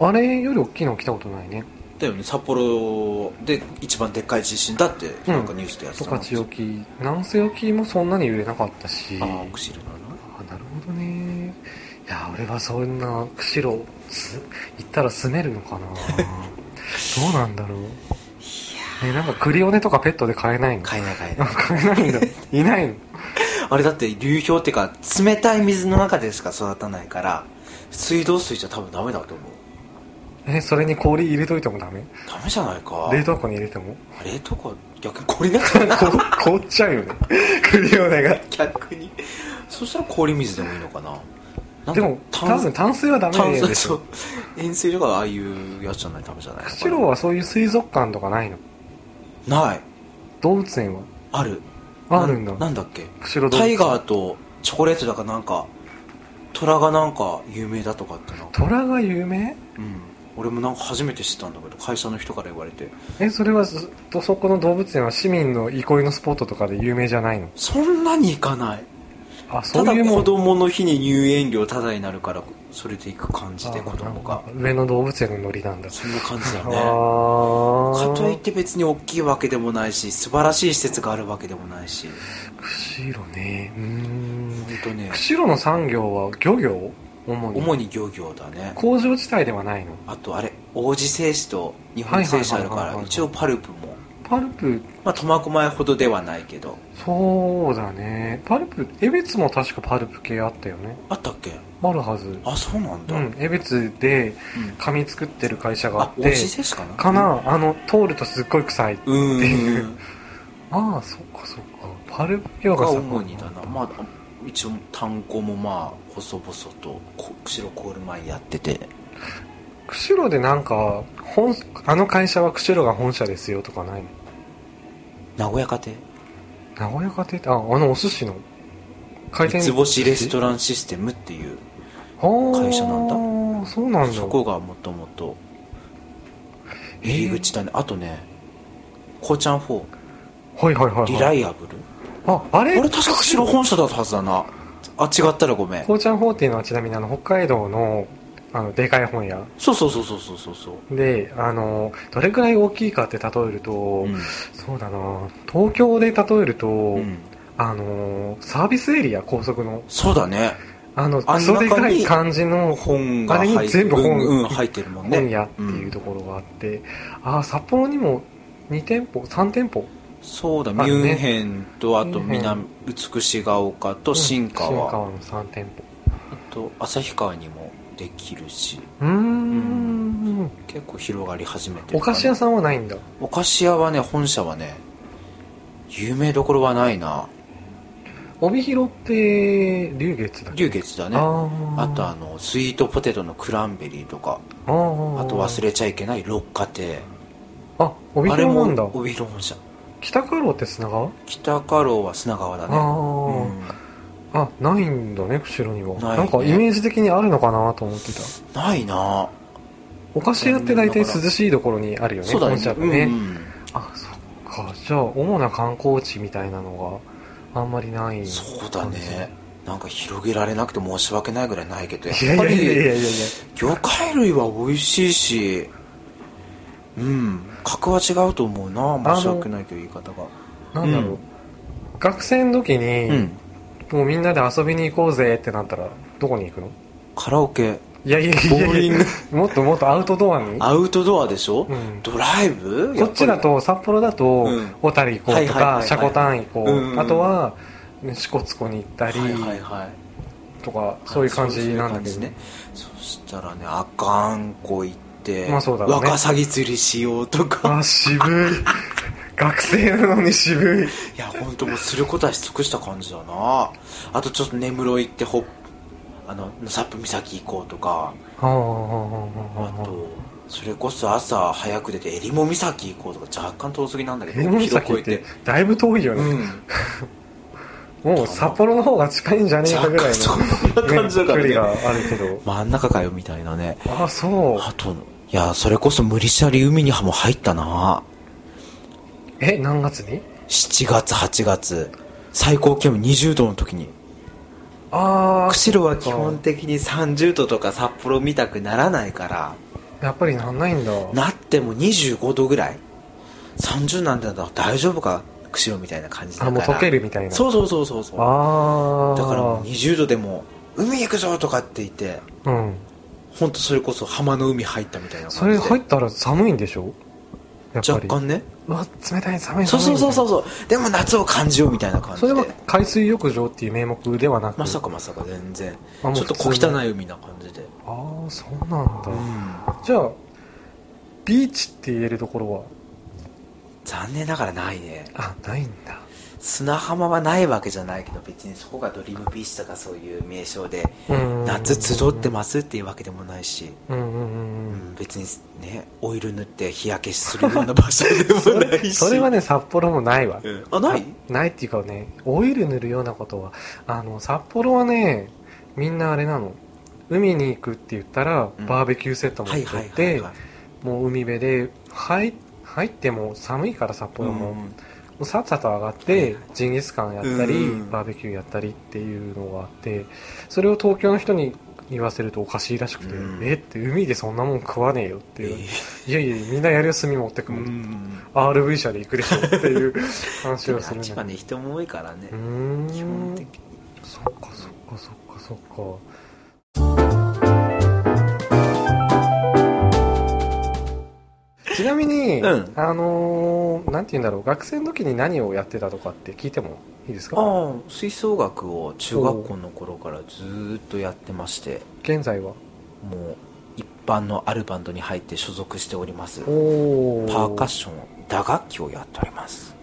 [SPEAKER 1] あれより大きいの来たことないね
[SPEAKER 2] だよね札幌で一番でっかい地震だって
[SPEAKER 1] ん
[SPEAKER 2] なんかニュースでやって
[SPEAKER 1] 十
[SPEAKER 2] たな
[SPEAKER 1] 勝沖南西沖もそんなに揺れなかったし
[SPEAKER 2] ああ釧路なの
[SPEAKER 1] あなるほどねいや俺はそんな釧路す行ったら住めるのか
[SPEAKER 2] <laughs>
[SPEAKER 1] などうなんだろうね、なんかクリオネとかペットで飼えないの
[SPEAKER 2] 買えない買え
[SPEAKER 1] あ <laughs>
[SPEAKER 2] ない
[SPEAKER 1] 飼えないんだいないの
[SPEAKER 2] あれだって流氷っていうか冷たい水の中でしか育たないから水道水じゃ多分ダメだと思う
[SPEAKER 1] えそれに氷入れといてもダメ
[SPEAKER 2] ダメじゃないか
[SPEAKER 1] 冷凍庫に入れても
[SPEAKER 2] 冷凍庫は逆に氷だからな
[SPEAKER 1] こ <laughs> 凍っちゃうよねクリオネが
[SPEAKER 2] 逆にそしたら氷水でもいいのかななんか
[SPEAKER 1] でも多分淡水はダ
[SPEAKER 2] 炭
[SPEAKER 1] メ
[SPEAKER 2] 酸
[SPEAKER 1] でし
[SPEAKER 2] そ
[SPEAKER 1] ょ
[SPEAKER 2] う塩水とかはああいうやつじゃないダメじゃない
[SPEAKER 1] 釧路はそういう水族館とかないの
[SPEAKER 2] ない
[SPEAKER 1] 動物園は
[SPEAKER 2] ある
[SPEAKER 1] あるんだ
[SPEAKER 2] ななんだっけ
[SPEAKER 1] 釧路動
[SPEAKER 2] タ
[SPEAKER 1] 物
[SPEAKER 2] イ
[SPEAKER 1] 園
[SPEAKER 2] ガーとチョコレートだかなんか虎がなんか有名だとかってなんか、
[SPEAKER 1] 虎が有名
[SPEAKER 2] うん、俺もなんか初めて知ったんだけど会社の人から言われて
[SPEAKER 1] えそれはずっとそこの動物園は市民の憩いのスポットとかで有名じゃないの
[SPEAKER 2] そんなに行かない
[SPEAKER 1] あそ
[SPEAKER 2] た
[SPEAKER 1] う
[SPEAKER 2] だ
[SPEAKER 1] いうも
[SPEAKER 2] 子
[SPEAKER 1] ん
[SPEAKER 2] 供の日に入園料タダになるからそれで行く感じで
[SPEAKER 1] あ
[SPEAKER 2] 子供が
[SPEAKER 1] なんか上の動物園のノリなんだ
[SPEAKER 2] そんな感じだ
[SPEAKER 1] あ
[SPEAKER 2] ねかといっ
[SPEAKER 1] ー
[SPEAKER 2] て別に大きいわけでもないし素晴らしい施設があるわけでもないし
[SPEAKER 1] 釧路ねうーん
[SPEAKER 2] 本当ね
[SPEAKER 1] 釧路の産業は漁業主に
[SPEAKER 2] 主に漁業だね
[SPEAKER 1] 工場地帯ではないの
[SPEAKER 2] あとあれ王子製紙と日本製紙あ
[SPEAKER 1] はいはいはい
[SPEAKER 2] るか
[SPEAKER 1] はい
[SPEAKER 2] ら
[SPEAKER 1] はい
[SPEAKER 2] 一応パルプも
[SPEAKER 1] パルプ
[SPEAKER 2] まあ苫小牧ほどではないけど
[SPEAKER 1] そうだねパルプ江別も確かパルプ系あったよね
[SPEAKER 2] あったっけ
[SPEAKER 1] あるはず
[SPEAKER 2] あそうなん
[SPEAKER 1] う
[SPEAKER 2] だ、うん
[SPEAKER 1] ん江別で紙作ってる会社があ
[SPEAKER 2] あ
[SPEAKER 1] っ
[SPEAKER 2] 王子
[SPEAKER 1] て
[SPEAKER 2] 製紙かな
[SPEAKER 1] かなあの通るとすっごい臭い
[SPEAKER 2] うんうん
[SPEAKER 1] いう
[SPEAKER 2] うん
[SPEAKER 1] ああそっかそっかパルプ業が
[SPEAKER 2] が
[SPEAKER 1] さ
[SPEAKER 2] 主にだなまあ一応炭鉱もまあ細々とこ釧路コールマンやってて
[SPEAKER 1] 釧路でなんか本あの会社は釧路が本社ですよとかないの
[SPEAKER 2] 名古屋家庭
[SPEAKER 1] 名古屋家庭ってああのお寿司の回
[SPEAKER 2] 三つ星レストランシステムっていう会社なんだ
[SPEAKER 1] んだそうなんだ
[SPEAKER 2] そこがもともと
[SPEAKER 1] えー
[SPEAKER 2] 入り口だね、あとねコーちゃん4
[SPEAKER 1] はいはいはい、はい、
[SPEAKER 2] リライアブル、
[SPEAKER 1] ああれ
[SPEAKER 2] あれ確か釧路本社だったはずだなあ違ったらごめん
[SPEAKER 1] こうちゃん4っていうのはちなみにあの北海道のあのでかい本屋
[SPEAKER 2] そうそうそうそうそうそうそう
[SPEAKER 1] であのどれくらい大きいかって例えると、
[SPEAKER 2] うん
[SPEAKER 1] そうだな東京で例えると、
[SPEAKER 2] うん
[SPEAKER 1] あのサービスエリア高速の
[SPEAKER 2] そうだね
[SPEAKER 1] あの
[SPEAKER 2] あ
[SPEAKER 1] クソでかい感じの
[SPEAKER 2] 本が
[SPEAKER 1] あれに
[SPEAKER 2] 入って
[SPEAKER 1] 全部本
[SPEAKER 2] うんうん、入ってるもんね
[SPEAKER 1] 本屋っていうところがあって、ああ札幌にも2店舗3店舗
[SPEAKER 2] そうだ、
[SPEAKER 1] ね
[SPEAKER 2] ミュンヘンとあと
[SPEAKER 1] ミュンヘン
[SPEAKER 2] 南美ヶ丘と新川、
[SPEAKER 1] 新川の3店舗
[SPEAKER 2] あと旭川にもできるし
[SPEAKER 1] うーん
[SPEAKER 2] 結構広がり始めて
[SPEAKER 1] お
[SPEAKER 2] るかな
[SPEAKER 1] 菓子屋さんはないんだ
[SPEAKER 2] お菓子屋はね本社はね有名どころはないな
[SPEAKER 1] 帯広って龍月だっけ
[SPEAKER 2] 龍月だねあ
[SPEAKER 1] あ
[SPEAKER 2] とあ
[SPEAKER 1] あ
[SPEAKER 2] のスイートポテトのクランベリーとか
[SPEAKER 1] ー
[SPEAKER 2] あと忘れちゃいけない六花亭
[SPEAKER 1] あ帯
[SPEAKER 2] あれ
[SPEAKER 1] 広
[SPEAKER 2] も
[SPEAKER 1] なんだ
[SPEAKER 2] 帯広本社
[SPEAKER 1] 北家老って砂川、
[SPEAKER 2] 北家老は砂川だ
[SPEAKER 1] あ
[SPEAKER 2] ねう
[SPEAKER 1] あ、
[SPEAKER 2] ん
[SPEAKER 1] あないんだね釧路には
[SPEAKER 2] ないね
[SPEAKER 1] なんかイメージ的にあるのかなと思ってた
[SPEAKER 2] ないな
[SPEAKER 1] お菓子屋って大体涼しいところにあるよね
[SPEAKER 2] そうだね
[SPEAKER 1] 本社が
[SPEAKER 2] う
[SPEAKER 1] ね、
[SPEAKER 2] ん
[SPEAKER 1] あそっかじゃあ主な観光地みたいなのがあんまりない
[SPEAKER 2] そうだねなんか広げられなくて申し訳ないぐらいないけど
[SPEAKER 1] いや
[SPEAKER 2] やっ
[SPEAKER 1] いや
[SPEAKER 2] ぱ
[SPEAKER 1] いやいやい
[SPEAKER 2] り
[SPEAKER 1] やいや
[SPEAKER 2] 魚介類は美味しいしうん格は違うと思うな申し訳ないけど言い方が
[SPEAKER 1] なんだろう、
[SPEAKER 2] うん
[SPEAKER 1] 学生の時に、
[SPEAKER 2] うん
[SPEAKER 1] もうみんなで遊びに行こうぜってなったらどこに行くの
[SPEAKER 2] カラオケ
[SPEAKER 1] いやいやい
[SPEAKER 2] ボ
[SPEAKER 1] や
[SPEAKER 2] ーリ
[SPEAKER 1] い
[SPEAKER 2] ン
[SPEAKER 1] や <laughs>
[SPEAKER 2] グ
[SPEAKER 1] もっともっとアウトドアに
[SPEAKER 2] アウトドアでしょ、
[SPEAKER 1] うん
[SPEAKER 2] ドライブ
[SPEAKER 1] こっちだと札幌だと
[SPEAKER 2] うん
[SPEAKER 1] 小樽行こうと
[SPEAKER 2] はいはいはい
[SPEAKER 1] か
[SPEAKER 2] はい
[SPEAKER 1] 車庫単行こう、
[SPEAKER 2] うんうん
[SPEAKER 1] あとは支笏湖に行った
[SPEAKER 2] やっぱ
[SPEAKER 1] り
[SPEAKER 2] りはいはいはい
[SPEAKER 1] とかそういう感じなんだけど
[SPEAKER 2] そういう感じねそしたらね阿寒湖行っって、
[SPEAKER 1] まあそうだろうね
[SPEAKER 2] ワカサギ釣りしようとか、
[SPEAKER 1] あ渋い学生なのに渋い
[SPEAKER 2] いや本当もうすることはし尽くした感じだなあとちょっと根室行ってほっあのサップ岬行こうとか
[SPEAKER 1] ああああああ
[SPEAKER 2] あ
[SPEAKER 1] ああ
[SPEAKER 2] とそれこそ朝早く出て襟裳岬行こうとか若干遠すぎなんだけど
[SPEAKER 1] えも
[SPEAKER 2] 広
[SPEAKER 1] 岬
[SPEAKER 2] く
[SPEAKER 1] ってだいぶ遠いよ
[SPEAKER 2] う
[SPEAKER 1] ね、
[SPEAKER 2] ん
[SPEAKER 1] もう札幌の方が近いんじゃねえかぐらい
[SPEAKER 2] そん
[SPEAKER 1] の
[SPEAKER 2] な感じだから
[SPEAKER 1] ね距離
[SPEAKER 2] ね
[SPEAKER 1] があるけど
[SPEAKER 2] 真ん中かよみたいなね
[SPEAKER 1] ああそう
[SPEAKER 2] あといやそれこそ無理しゃり海にも入ったな
[SPEAKER 1] え何月に
[SPEAKER 2] 7月8月最高気温20度の時に
[SPEAKER 1] ああ
[SPEAKER 2] 釧路は基本的に30度とか札幌見たくならないから
[SPEAKER 1] やっぱりなんないんだ
[SPEAKER 2] なっても25度ぐらい30なんてなったら大丈夫か釧路みたいな感じだか
[SPEAKER 1] あ
[SPEAKER 2] ら
[SPEAKER 1] もう溶けるみたいな
[SPEAKER 2] そうそうそうそうそうだ
[SPEAKER 1] ああ
[SPEAKER 2] からもう20度でも海行くぞとかって言って
[SPEAKER 1] うん
[SPEAKER 2] 本当それこそ浜の海入ったみたいな
[SPEAKER 1] そ
[SPEAKER 2] 感じ
[SPEAKER 1] れ
[SPEAKER 2] で
[SPEAKER 1] 入ったら寒いんでしょやっぱ
[SPEAKER 2] 若
[SPEAKER 1] り
[SPEAKER 2] 干ね
[SPEAKER 1] うわ冷たい寒い寒い
[SPEAKER 2] そうそうそうそう
[SPEAKER 1] う
[SPEAKER 2] そうでも夏を感じようみたいな感じ
[SPEAKER 1] そ
[SPEAKER 2] で
[SPEAKER 1] れは海水浴場っていう名目ではなく
[SPEAKER 2] まさかまさか全然
[SPEAKER 1] あもう
[SPEAKER 2] ちょっと小
[SPEAKER 1] 普通に
[SPEAKER 2] 汚い海な感じで
[SPEAKER 1] ああそうなんだ、
[SPEAKER 2] うん
[SPEAKER 1] じゃあビーチって言えるところは
[SPEAKER 2] 残念ながらないね
[SPEAKER 1] あないんだ
[SPEAKER 2] 砂浜はないわけじゃないけど別にそこがドリームビーチとかそういう名称で
[SPEAKER 1] うん
[SPEAKER 2] 夏集ってますっていうわけでもないし、
[SPEAKER 1] うんうんうん
[SPEAKER 2] う
[SPEAKER 1] う
[SPEAKER 2] <laughs>
[SPEAKER 1] ん
[SPEAKER 2] ん、別にねオイル塗って日焼けするような場所でもない
[SPEAKER 1] <laughs>
[SPEAKER 2] し
[SPEAKER 1] それはね札幌もないわ
[SPEAKER 2] うんあない
[SPEAKER 1] ないっていうかねオイル塗るようなことはあの札幌はねみんなあれなの海に行くって言ったら、
[SPEAKER 2] うん
[SPEAKER 1] バーベキューセット持っ
[SPEAKER 2] は
[SPEAKER 1] て
[SPEAKER 2] い
[SPEAKER 1] って、
[SPEAKER 2] はいはいはい
[SPEAKER 1] もう海辺で入入っても寒いから札幌も、
[SPEAKER 2] う
[SPEAKER 1] も
[SPEAKER 2] ん
[SPEAKER 1] うさっさと上がっ
[SPEAKER 2] はい
[SPEAKER 1] て
[SPEAKER 2] はい
[SPEAKER 1] ジンギスカンやったり、
[SPEAKER 2] うん
[SPEAKER 1] バーベキューやったりっていうのがあってそれを東京の人に言わせるとおかしいらしくて、
[SPEAKER 2] うん
[SPEAKER 1] えって海でそんなもん食わねえよって
[SPEAKER 2] え
[SPEAKER 1] いう、
[SPEAKER 2] ー
[SPEAKER 1] いやいやみんなやるよ炭持ってく
[SPEAKER 2] う
[SPEAKER 1] もん、
[SPEAKER 2] ん
[SPEAKER 1] RV 車で行くでしょっていう話
[SPEAKER 2] でも
[SPEAKER 1] をす
[SPEAKER 2] あ
[SPEAKER 1] る
[SPEAKER 2] っ
[SPEAKER 1] んだ
[SPEAKER 2] ち <laughs>
[SPEAKER 1] け
[SPEAKER 2] は
[SPEAKER 1] ど
[SPEAKER 2] ね人も多いからね
[SPEAKER 1] うーん
[SPEAKER 2] 基本的に
[SPEAKER 1] そっかそっかそっかそっかちなみに、
[SPEAKER 2] うん
[SPEAKER 1] あのーなんて言うんだろう学生の時に何をやってたとかって聞いてもいいですか
[SPEAKER 2] ああ吹奏楽を中学校の頃からずーっとやってまして
[SPEAKER 1] 現在は
[SPEAKER 2] もう一般のアルバンドに入って所属しております
[SPEAKER 1] おお
[SPEAKER 2] パーカッション打楽器をやっております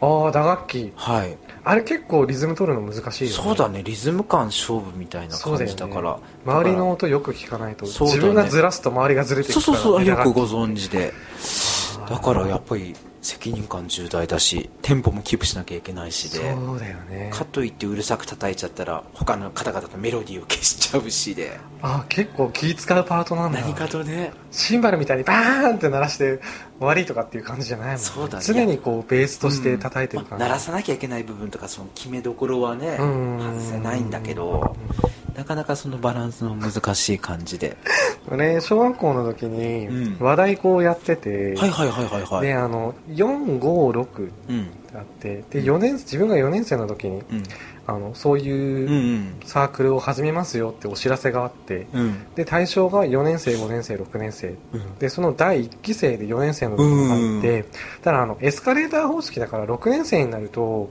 [SPEAKER 1] ああ打楽器
[SPEAKER 2] はい
[SPEAKER 1] あれ結構リズム取るの難しいよね
[SPEAKER 2] そうだねリズム感勝負みたいな感じだから
[SPEAKER 1] 周りの
[SPEAKER 2] だ
[SPEAKER 1] 音よく聞かないと、
[SPEAKER 2] そうだね
[SPEAKER 1] 自分がずらすと周りがずれ
[SPEAKER 2] か
[SPEAKER 1] て
[SPEAKER 2] ら
[SPEAKER 1] い
[SPEAKER 2] そう
[SPEAKER 1] くか
[SPEAKER 2] そ
[SPEAKER 1] ら、
[SPEAKER 2] うそうよ
[SPEAKER 1] 打
[SPEAKER 2] く
[SPEAKER 1] 楽器
[SPEAKER 2] ご存知でだからやっぱり責任感重大だしテンポもキープしなきゃいけないしで
[SPEAKER 1] そうだよね
[SPEAKER 2] かといってうるさく叩いちゃったら他の方々のメロディーを消しちゃうしで
[SPEAKER 1] あー結構気使うパートなんだ
[SPEAKER 2] 何かとね
[SPEAKER 1] シンバルみたいにバーンって鳴らして終わりとかっていう感じじゃないもん、ね
[SPEAKER 2] そうだね
[SPEAKER 1] 常にこうベースとして叩いてる感じ、
[SPEAKER 2] まあ鳴らさなきゃいけない部分とかその決めどころはね
[SPEAKER 1] うん
[SPEAKER 2] 外せないんだけどなかなかそのバランスの難しい感じで
[SPEAKER 1] ね小学校の時に
[SPEAKER 2] うん
[SPEAKER 1] 和太鼓をやってて、
[SPEAKER 2] はいはいはいはいはい、
[SPEAKER 1] であの456
[SPEAKER 2] うん
[SPEAKER 1] あってで4年自分が4年生の時に
[SPEAKER 2] うん
[SPEAKER 1] あのそう
[SPEAKER 2] うんう
[SPEAKER 1] いうんサークルを始めますよってお知らせがあって
[SPEAKER 2] うん
[SPEAKER 1] で対象が4年生5年生6年生
[SPEAKER 2] うん
[SPEAKER 1] でその第1期生で4年生の時に入って、ただあのエスカレーター方式だから6年生になると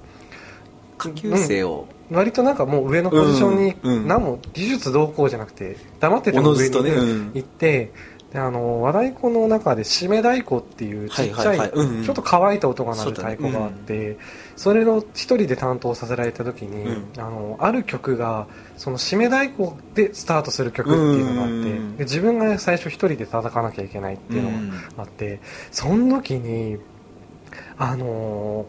[SPEAKER 2] 下級生を
[SPEAKER 1] 割となんかもう上のポジショ
[SPEAKER 2] うんう
[SPEAKER 1] ン
[SPEAKER 2] ん
[SPEAKER 1] に何も技術どうこうじゃなくて黙ってて
[SPEAKER 2] お
[SPEAKER 1] も
[SPEAKER 2] の
[SPEAKER 1] 上
[SPEAKER 2] ず
[SPEAKER 1] に
[SPEAKER 2] とね、
[SPEAKER 1] 行
[SPEAKER 2] うん
[SPEAKER 1] ってであの和太鼓の中で締め太鼓っていうちっちゃ
[SPEAKER 2] はい
[SPEAKER 1] い
[SPEAKER 2] はいはいうんうん
[SPEAKER 1] ちょっと乾いた音が鳴る太鼓があってそれを一人で担当させられた時に
[SPEAKER 2] う
[SPEAKER 1] あのある曲がその締め太鼓でスタートする曲っていうのがあっ
[SPEAKER 2] うんう
[SPEAKER 1] て
[SPEAKER 2] んうん
[SPEAKER 1] で自分が最初一人で叩かなきゃいけないっていうのがあってその時にあの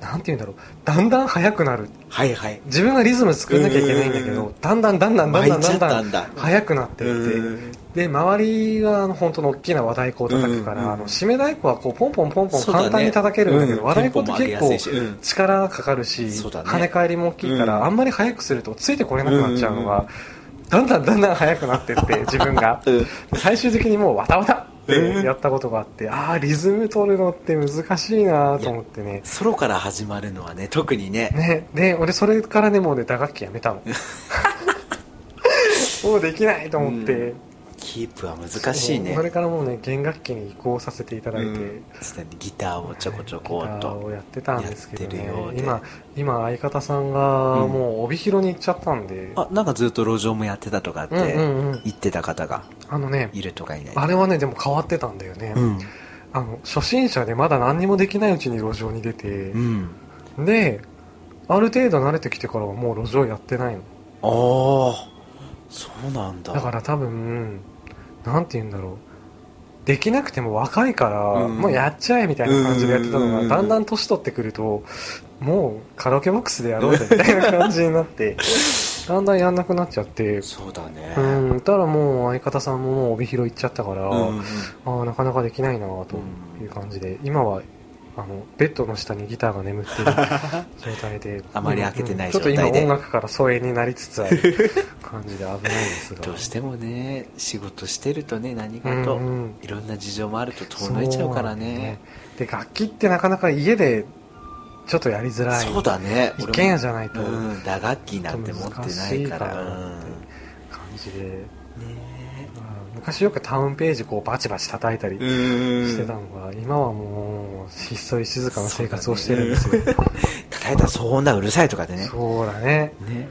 [SPEAKER 1] なんて言うんだろうだんだん速くなる
[SPEAKER 2] はいはい
[SPEAKER 1] 自分がリズム作んなきゃいけないんだけ
[SPEAKER 2] う
[SPEAKER 1] ど
[SPEAKER 2] ん
[SPEAKER 1] だんだんだんだんだん
[SPEAKER 2] 巻
[SPEAKER 1] だ
[SPEAKER 2] い
[SPEAKER 1] ん
[SPEAKER 2] ち
[SPEAKER 1] だ
[SPEAKER 2] ゃっ
[SPEAKER 1] んだ
[SPEAKER 2] た
[SPEAKER 1] ん
[SPEAKER 2] んだ
[SPEAKER 1] 速くなっていって
[SPEAKER 2] うん
[SPEAKER 1] で周りがあの本当の大きな和太鼓を叩くか
[SPEAKER 2] うんう
[SPEAKER 1] ら
[SPEAKER 2] んうん
[SPEAKER 1] あの締め太鼓はこうポンポンポンポン
[SPEAKER 2] そうだね
[SPEAKER 1] 簡単に叩けるんだけ
[SPEAKER 2] う
[SPEAKER 1] ど
[SPEAKER 2] ん
[SPEAKER 1] 和太鼓って
[SPEAKER 2] テン
[SPEAKER 1] 結
[SPEAKER 2] ポも上げ
[SPEAKER 1] 構
[SPEAKER 2] やすいしうん
[SPEAKER 1] 力がかかるし
[SPEAKER 2] そうだね
[SPEAKER 1] 跳ね返りも大きいか
[SPEAKER 2] うん
[SPEAKER 1] らあんまり速くするとついてこれなくなっちゃうの
[SPEAKER 2] うんうん
[SPEAKER 1] がだんだんだんだん速くなってって自分が
[SPEAKER 2] うん
[SPEAKER 1] 最終的にもうわたわたってやったことがあってああリズム取るのって難しいなと思ってね
[SPEAKER 2] ソロから始まるのはね特にね
[SPEAKER 1] ねで俺それ
[SPEAKER 2] <laughs>
[SPEAKER 1] からねもうね打楽器やめたのもうできないと思って、
[SPEAKER 2] キープは難しいね
[SPEAKER 1] それからもうね弦楽器に移行させていただいて、
[SPEAKER 2] うん常にギターをちょこちょ
[SPEAKER 1] ギ
[SPEAKER 2] こっ
[SPEAKER 1] ターを
[SPEAKER 2] と
[SPEAKER 1] やってたんですけど
[SPEAKER 2] やってるよう
[SPEAKER 1] ね
[SPEAKER 2] で
[SPEAKER 1] 今今相方さんがもう帯広に行っちゃったんで、
[SPEAKER 2] あなんかずっと路上もやってたとかっ
[SPEAKER 1] うんう
[SPEAKER 2] て
[SPEAKER 1] んうん
[SPEAKER 2] 言ってた方が
[SPEAKER 1] あのね
[SPEAKER 2] いるとかいないとか
[SPEAKER 1] あれはねでも変わってたんだよね、
[SPEAKER 2] うん
[SPEAKER 1] あの初心者でまだ何にもできないうちに路上に出て
[SPEAKER 2] う、ん
[SPEAKER 1] である程度慣れてきてからはもう路上やってないの
[SPEAKER 2] ああそうなんだ
[SPEAKER 1] だから多分なんて言うんだろうできなくても若いから、
[SPEAKER 2] うん
[SPEAKER 1] もうやっちゃえみたいな感じでやってたのが
[SPEAKER 2] うん
[SPEAKER 1] だんだん年取ってくるともうカラオケボックスでやろうぜみたいな感じになって
[SPEAKER 2] <laughs>
[SPEAKER 1] だんだんやんなくなっちゃって
[SPEAKER 2] そうだね
[SPEAKER 1] うんたらもう相方さんももう帯広行っちゃったから、
[SPEAKER 2] うん
[SPEAKER 1] ああなかなかできないなという感じで、今はあのベッドの下にギターが眠
[SPEAKER 2] <laughs>
[SPEAKER 1] っている状態で
[SPEAKER 2] あまり開けてない
[SPEAKER 1] うんちょっと
[SPEAKER 2] 状
[SPEAKER 1] 今
[SPEAKER 2] 態で
[SPEAKER 1] 音楽から疎遠になりつつある感じで危ないですが
[SPEAKER 2] どうしてもね仕事してるとね何
[SPEAKER 1] う
[SPEAKER 2] か
[SPEAKER 1] ん
[SPEAKER 2] と
[SPEAKER 1] うん
[SPEAKER 2] いろんな事情もあると遠のいちゃうからね
[SPEAKER 1] そうなんだよねで楽器ってなかなか家でちょっとやりづらい
[SPEAKER 2] そうだね
[SPEAKER 1] 一軒家
[SPEAKER 2] じ
[SPEAKER 1] じゃないと感
[SPEAKER 2] うん打楽器なんて持ってないから
[SPEAKER 1] ちょっと難
[SPEAKER 2] うん
[SPEAKER 1] しいかなってじで、
[SPEAKER 2] ね
[SPEAKER 1] うん昔よくタウンページこうバチバチ叩いたり
[SPEAKER 2] うん
[SPEAKER 1] してたのが、今はもうひっそり静かな生活をしてるんですよ
[SPEAKER 2] 叩いたら騒音だうるさいとかでね
[SPEAKER 1] そうだね
[SPEAKER 2] ね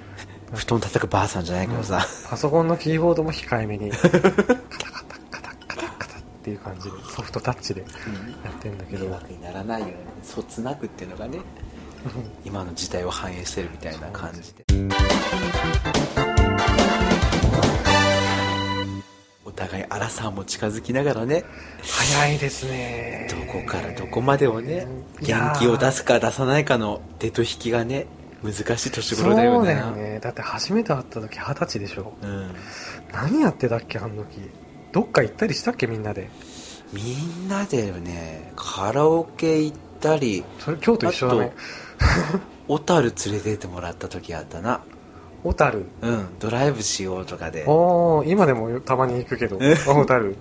[SPEAKER 2] 布団叩くばあさんじゃないけどさ、
[SPEAKER 1] パソコンのキーボードも控えめにカタカタカタカタカタっていう感じでソフトタッチでやってんだけ
[SPEAKER 2] 迷
[SPEAKER 1] ど
[SPEAKER 2] 惑にならないようにそつなくっていうのがね今の時代を反映してるみたいな感じでお互い荒さも近づきながらね
[SPEAKER 1] 早いですね
[SPEAKER 2] どこからどこまでをね
[SPEAKER 1] いや
[SPEAKER 2] 元
[SPEAKER 1] ー
[SPEAKER 2] 気を出すか出さないかの手と引きがね難しい年頃だよ
[SPEAKER 1] そ
[SPEAKER 2] ね
[SPEAKER 1] うだよねだって初めて会った時二十歳でしょ
[SPEAKER 2] うん、
[SPEAKER 1] 何やってたっけあの時どっか行ったりしたっけみんなで
[SPEAKER 2] みんなでねカラオケ行ったり
[SPEAKER 1] それ京都一緒だね
[SPEAKER 2] 小樽連れてってもらった時あったな
[SPEAKER 1] 小樽
[SPEAKER 2] うんドライブしようとかで
[SPEAKER 1] おー今でもたまに行くけど <laughs> 小樽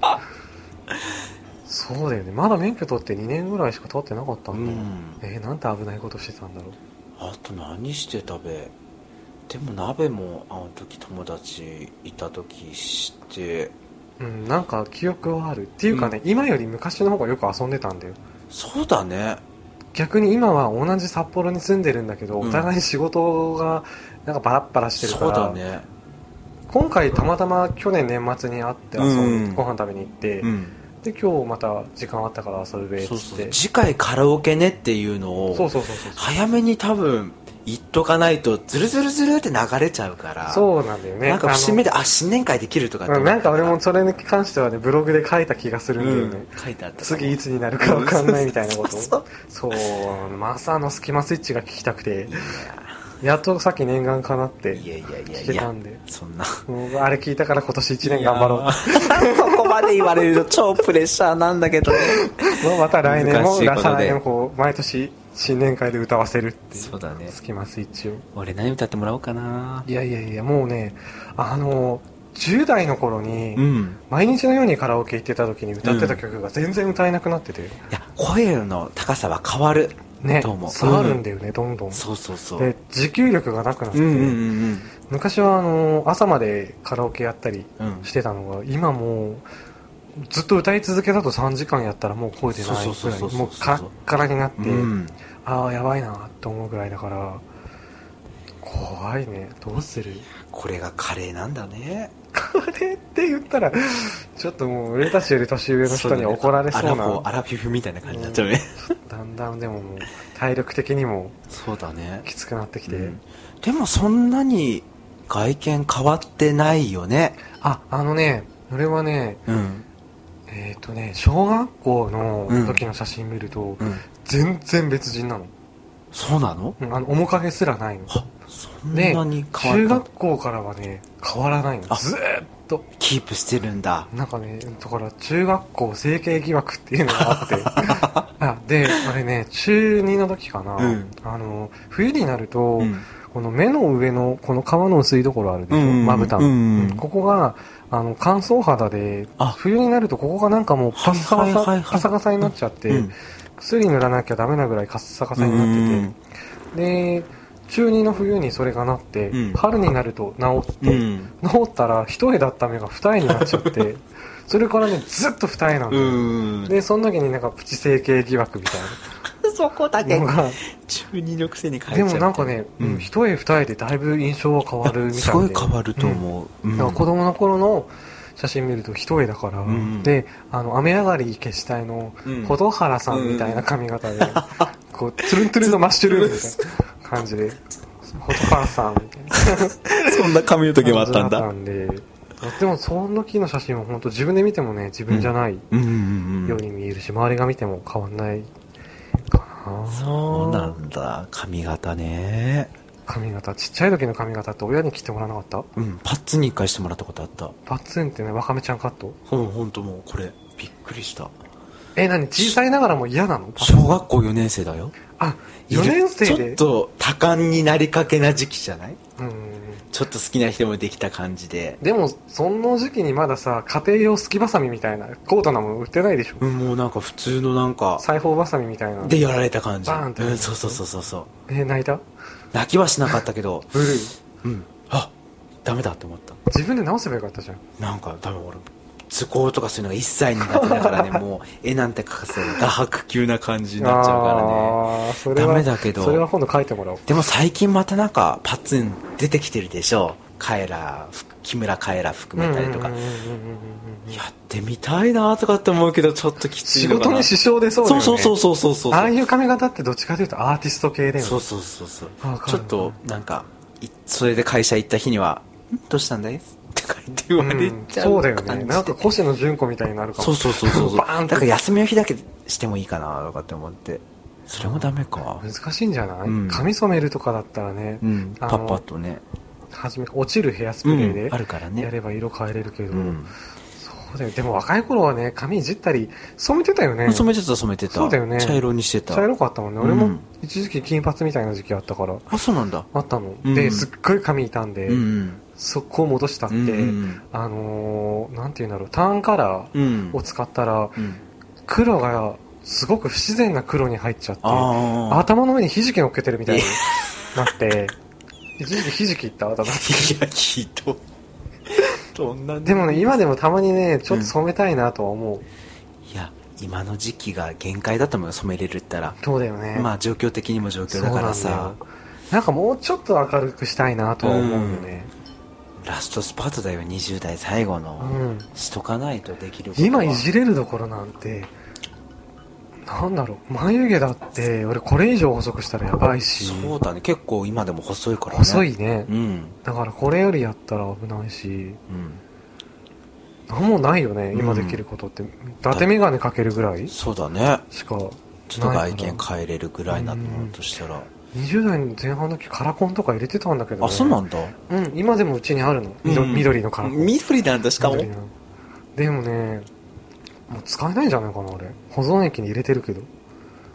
[SPEAKER 1] そうだよねまだ免許取って2年ぐらいしか経ってなかった
[SPEAKER 2] うん
[SPEAKER 1] だよ、
[SPEAKER 2] ん
[SPEAKER 1] えー、なんて危ないことしてたんだろう
[SPEAKER 2] あと何してたべでも鍋もあの時友達いた時して
[SPEAKER 1] うん、なんか記憶はあるっていうかね、今より昔の方がよく遊んでたんだよ
[SPEAKER 2] そうだね
[SPEAKER 1] 逆に今は同じ札幌に住んでるんだけど、
[SPEAKER 2] うん
[SPEAKER 1] お互い仕事がなんかバラッバラしてるから
[SPEAKER 2] そうだね
[SPEAKER 1] 今回たまたま去年年末に会って遊んで、
[SPEAKER 2] うん
[SPEAKER 1] ご飯食べに行って、
[SPEAKER 2] うん
[SPEAKER 1] で今日また時間あったから遊ぶべっつって
[SPEAKER 2] そうそう次回カラオケねっていうのを
[SPEAKER 1] そうそうそうそう
[SPEAKER 2] 早めに多分言っとかないとズルズルズルって流れちゃうから
[SPEAKER 1] そうなんだよね
[SPEAKER 2] なんか節目であ新年会できるとか
[SPEAKER 1] あ
[SPEAKER 2] っ
[SPEAKER 1] の
[SPEAKER 2] て
[SPEAKER 1] うん
[SPEAKER 2] 思っ
[SPEAKER 1] な
[SPEAKER 2] た
[SPEAKER 1] んか
[SPEAKER 2] ら
[SPEAKER 1] 俺もそれに関してはねブログで書いた気がするんだよね、
[SPEAKER 2] うん書いてあったと思う
[SPEAKER 1] 次いつになるかわかんないみたいなこと
[SPEAKER 2] そうそう
[SPEAKER 1] そうマサのスキマスイッチが聞きたくてやっとさっき念願かなって
[SPEAKER 2] いやいやいや
[SPEAKER 1] 聞
[SPEAKER 2] いや
[SPEAKER 1] け
[SPEAKER 2] い
[SPEAKER 1] た
[SPEAKER 2] や
[SPEAKER 1] んで
[SPEAKER 2] そんな
[SPEAKER 1] もうあれ聞いたから今年1年 <laughs> 頑張ろう
[SPEAKER 2] う <laughs> そこまで言われると超プレッシャーなんだ
[SPEAKER 1] <laughs>
[SPEAKER 2] けどね
[SPEAKER 1] もうまた来年も
[SPEAKER 2] 難しいことで
[SPEAKER 1] 再来年もこう毎年新年会で歌わせるっていう
[SPEAKER 2] そうだね
[SPEAKER 1] スキマスイッチを
[SPEAKER 2] 俺何歌ってもらおうかない
[SPEAKER 1] やいやいやもうねあの10代の頃
[SPEAKER 2] う
[SPEAKER 1] に
[SPEAKER 2] ん
[SPEAKER 1] 毎日のようにカラオケ行ってた時に歌ってた曲が全然歌えなくなってて
[SPEAKER 2] いや声の高さは変わる
[SPEAKER 1] ね
[SPEAKER 2] と思う
[SPEAKER 1] 下がるんだよねどんどん
[SPEAKER 2] そうそうそう
[SPEAKER 1] で持久力がなくなって
[SPEAKER 2] うんうんうん
[SPEAKER 1] 昔はあの朝までカラオケやったり
[SPEAKER 2] うんうん
[SPEAKER 1] してたのが今もうずっと歌い続けたと3時間やったらもう声出ない
[SPEAKER 2] そう
[SPEAKER 1] ぐ
[SPEAKER 2] そう
[SPEAKER 1] らい
[SPEAKER 2] そうそう
[SPEAKER 1] もうカラッカラになって、
[SPEAKER 2] うん
[SPEAKER 1] ああやばいなと思うぐらいだから怖いねどうする
[SPEAKER 2] これがカレーなんだね
[SPEAKER 1] これって言ったらちょっともう俺たちより年上の人には怒られそう
[SPEAKER 2] アラフォー
[SPEAKER 1] な
[SPEAKER 2] アラフィフみたいな感じになっちゃうね、
[SPEAKER 1] だんだんでももう体力的にも
[SPEAKER 2] そうだね
[SPEAKER 1] きつくなってきて、
[SPEAKER 2] うんでもそんなに外見変わってないよね
[SPEAKER 1] ああのね俺はね
[SPEAKER 2] うん、
[SPEAKER 1] えっ、とね小学校の時の写真見ると、
[SPEAKER 2] うん、
[SPEAKER 1] 全然別人なの
[SPEAKER 2] そうなの
[SPEAKER 1] うんあの面影すらないの
[SPEAKER 2] あそん
[SPEAKER 1] で
[SPEAKER 2] なに
[SPEAKER 1] 中
[SPEAKER 2] 変わっ
[SPEAKER 1] 学校からはね変わらないの
[SPEAKER 2] あ
[SPEAKER 1] ずーっと
[SPEAKER 2] たキープしてるんだ
[SPEAKER 1] なんかねだから中学校整形疑惑っていうのがあ
[SPEAKER 2] <laughs>
[SPEAKER 1] ってあであれね中2の時かな、
[SPEAKER 2] うん
[SPEAKER 1] あの冬になると、
[SPEAKER 2] うん
[SPEAKER 1] この目の上のこの皮の薄いところあるでしょ
[SPEAKER 2] うんうんうん
[SPEAKER 1] まぶた
[SPEAKER 2] うんうん
[SPEAKER 1] のここがあの乾燥肌で
[SPEAKER 2] あ
[SPEAKER 1] 冬になるとここがなんかもうパッサ
[SPEAKER 2] はい
[SPEAKER 1] パ
[SPEAKER 2] は
[SPEAKER 1] サ
[SPEAKER 2] いはいはい
[SPEAKER 1] カサカサになっちゃって、
[SPEAKER 2] うん
[SPEAKER 1] 薬塗らなきゃダメなぐらいカッサカサになってて、で中2の冬にそれがなって、
[SPEAKER 2] うん
[SPEAKER 1] 春になると治って、
[SPEAKER 2] うん
[SPEAKER 1] 治ったら一重だった目が二重になっちゃってそれからねずっと二重なんだ
[SPEAKER 2] う
[SPEAKER 1] よ、
[SPEAKER 2] ん
[SPEAKER 1] でその時になんかプチ整形疑惑みたい
[SPEAKER 2] そこだ
[SPEAKER 1] なのが
[SPEAKER 2] 中二のくせに変えち
[SPEAKER 1] で
[SPEAKER 2] ゃう
[SPEAKER 1] もなんかね、
[SPEAKER 2] うん
[SPEAKER 1] うん一重二重でだいぶ印象は変わるみたいです
[SPEAKER 2] ごい変わると思う、うん
[SPEAKER 1] だから子供の頃の写真見ると一重だから、
[SPEAKER 2] うん
[SPEAKER 1] であの雨上がり決死隊の
[SPEAKER 2] うん
[SPEAKER 1] 蛍原さんみたいな髪型で、 <laughs> こうつるんつるんのマッシュルームみたいな感じで蛍原さんみたいな
[SPEAKER 2] <laughs> そんな髪の時もあ
[SPEAKER 1] 感じ
[SPEAKER 2] った
[SPEAKER 1] だ
[SPEAKER 2] ん
[SPEAKER 1] った
[SPEAKER 2] だ
[SPEAKER 1] んででもその時の写真は本当自分で見てもね自分じゃないよ
[SPEAKER 2] うんうんう
[SPEAKER 1] うんに見えるし、周りが見ても変わんないかな
[SPEAKER 2] そうなんだ髪型ね
[SPEAKER 1] 髪型ちっちゃい時の髪型って親に切ってもらわなかった
[SPEAKER 2] うんパッツンに一回してもらったことあった
[SPEAKER 1] パッツンってねわかめちゃんカット
[SPEAKER 2] うん本当もうこれびっくりした
[SPEAKER 1] え何小さいながらも嫌なのパッツン
[SPEAKER 2] 小学校4年生だよ
[SPEAKER 1] あ4年生
[SPEAKER 2] ちょっ
[SPEAKER 1] で
[SPEAKER 2] と多感になりかけな時期じゃない
[SPEAKER 1] うん
[SPEAKER 2] ちょっと好きな人もできた感じで
[SPEAKER 1] でもその時期にまださ家庭用すきばさみみたいな高度なもの売ってないでしょ
[SPEAKER 2] うんもうなんか普通のなんか
[SPEAKER 1] 裁縫ばさみみたいな
[SPEAKER 2] でやられた感じ
[SPEAKER 1] バーンって
[SPEAKER 2] うんそうそうそうそうそう
[SPEAKER 1] え泣いた
[SPEAKER 2] 泣きはしなかったけど
[SPEAKER 1] ブルー
[SPEAKER 2] うんあダメだって思った
[SPEAKER 1] 自分で直せばよかったじゃん
[SPEAKER 2] なんか多分俺図工とかそういうのが一切苦手だから <laughs> ねもう絵なんて描かせる画伯級な感じになっちゃうからね
[SPEAKER 1] あーそれは
[SPEAKER 2] ダメだけど
[SPEAKER 1] それは今度書いてもらおう
[SPEAKER 2] でも最近またなんかパッツン出てきてるでしょカエラ木村カエラ含めたりとか
[SPEAKER 1] うんうんうんうんうんうん
[SPEAKER 2] やってみたいなとかって思うけどちょっときつい
[SPEAKER 1] 仕
[SPEAKER 2] のか
[SPEAKER 1] 事
[SPEAKER 2] な
[SPEAKER 1] に支障出そうだよ
[SPEAKER 2] そう
[SPEAKER 1] ね
[SPEAKER 2] そうそうそうそうそう
[SPEAKER 1] ああいう髪型ってどっちかというとアーティスト系だよね
[SPEAKER 2] そうそうそうそう
[SPEAKER 1] わかる
[SPEAKER 2] ちょっとなんかいそれで会社行った日には「んどうしたんだい?」って書いて言われ
[SPEAKER 1] ん
[SPEAKER 2] ちゃう
[SPEAKER 1] そうだよ
[SPEAKER 2] 感
[SPEAKER 1] ね
[SPEAKER 2] じ
[SPEAKER 1] なんか腰野純子みたいになるかも
[SPEAKER 2] そうそうそうそう
[SPEAKER 1] バーンって
[SPEAKER 2] だから休みの日だけしてもいいかなとかって思ってそれもダメか
[SPEAKER 1] 難しいんじゃない、
[SPEAKER 2] うん
[SPEAKER 1] 髪染めるとかだったらね、
[SPEAKER 2] うん
[SPEAKER 1] あ
[SPEAKER 2] パ
[SPEAKER 1] の
[SPEAKER 2] ッパとね
[SPEAKER 1] 初め落ちるヘアスプ
[SPEAKER 2] う
[SPEAKER 1] レー
[SPEAKER 2] ん
[SPEAKER 1] で
[SPEAKER 2] あるから
[SPEAKER 1] や
[SPEAKER 2] ね
[SPEAKER 1] れば色変えれるけど、
[SPEAKER 2] うん
[SPEAKER 1] そうだよでも若い頃はね髪いじったり染めてたよね
[SPEAKER 2] 染めてた染めてた
[SPEAKER 1] そうだよね
[SPEAKER 2] 茶色にしてた
[SPEAKER 1] 茶色かったもんね、
[SPEAKER 2] うん
[SPEAKER 1] 俺も一時期金髪みたいな時期あったから
[SPEAKER 2] あそうなんだ
[SPEAKER 1] あったの、
[SPEAKER 2] うん
[SPEAKER 1] ですっごい髪傷んで、
[SPEAKER 2] うん
[SPEAKER 1] 速攻戻したっ
[SPEAKER 2] う
[SPEAKER 1] て、
[SPEAKER 2] んうん
[SPEAKER 1] あのー、なんて言うんだろうターンカラー
[SPEAKER 2] うん
[SPEAKER 1] を使ったら
[SPEAKER 2] うん
[SPEAKER 1] 黒がすごく不自然な黒に入っちゃって
[SPEAKER 2] ああ
[SPEAKER 1] 頭の上にひじき乗っけてるみたいになって、一時期ひじきいった頭。
[SPEAKER 2] いやひどいどんな
[SPEAKER 1] でもね、今でもたまにね、ちょっと染めたいなとは思う。
[SPEAKER 2] いや今の時期が限界だと思うよ染めれるったら
[SPEAKER 1] そうだよね。
[SPEAKER 2] まあ状況的にも状況だから
[SPEAKER 1] そ
[SPEAKER 2] さ
[SPEAKER 1] うなんだよなんかもうちょっと明るくしたいなとは思うよね。
[SPEAKER 2] ラストスパートだよ20代最後の、
[SPEAKER 1] うん。
[SPEAKER 2] しとかないとできることは
[SPEAKER 1] 今いじれるどころなんて、なんだろう、眉毛だって、俺これ以上細くしたらやばいし、
[SPEAKER 2] そうだね結構今でも細いからね
[SPEAKER 1] 細いね
[SPEAKER 2] う。ん
[SPEAKER 1] だからこれよりやったら危ないし、
[SPEAKER 2] うん
[SPEAKER 1] なんもないよね、
[SPEAKER 2] うん
[SPEAKER 1] 今できることって。伊達メガネかけるぐらい
[SPEAKER 2] そうだね
[SPEAKER 1] しか。
[SPEAKER 2] ちょっと外見変えれるぐらいなと思うとしたら、
[SPEAKER 1] 20代の前半の時カラコンとか入れてたんだけど、ね、
[SPEAKER 2] あそうなんだ、
[SPEAKER 1] うん今でもうちにあるの、みど
[SPEAKER 2] うん
[SPEAKER 1] 緑のカラコン
[SPEAKER 2] 緑なんだしかも
[SPEAKER 1] 緑のでもねもう使えないんじゃないかな俺保存液に入れてるけど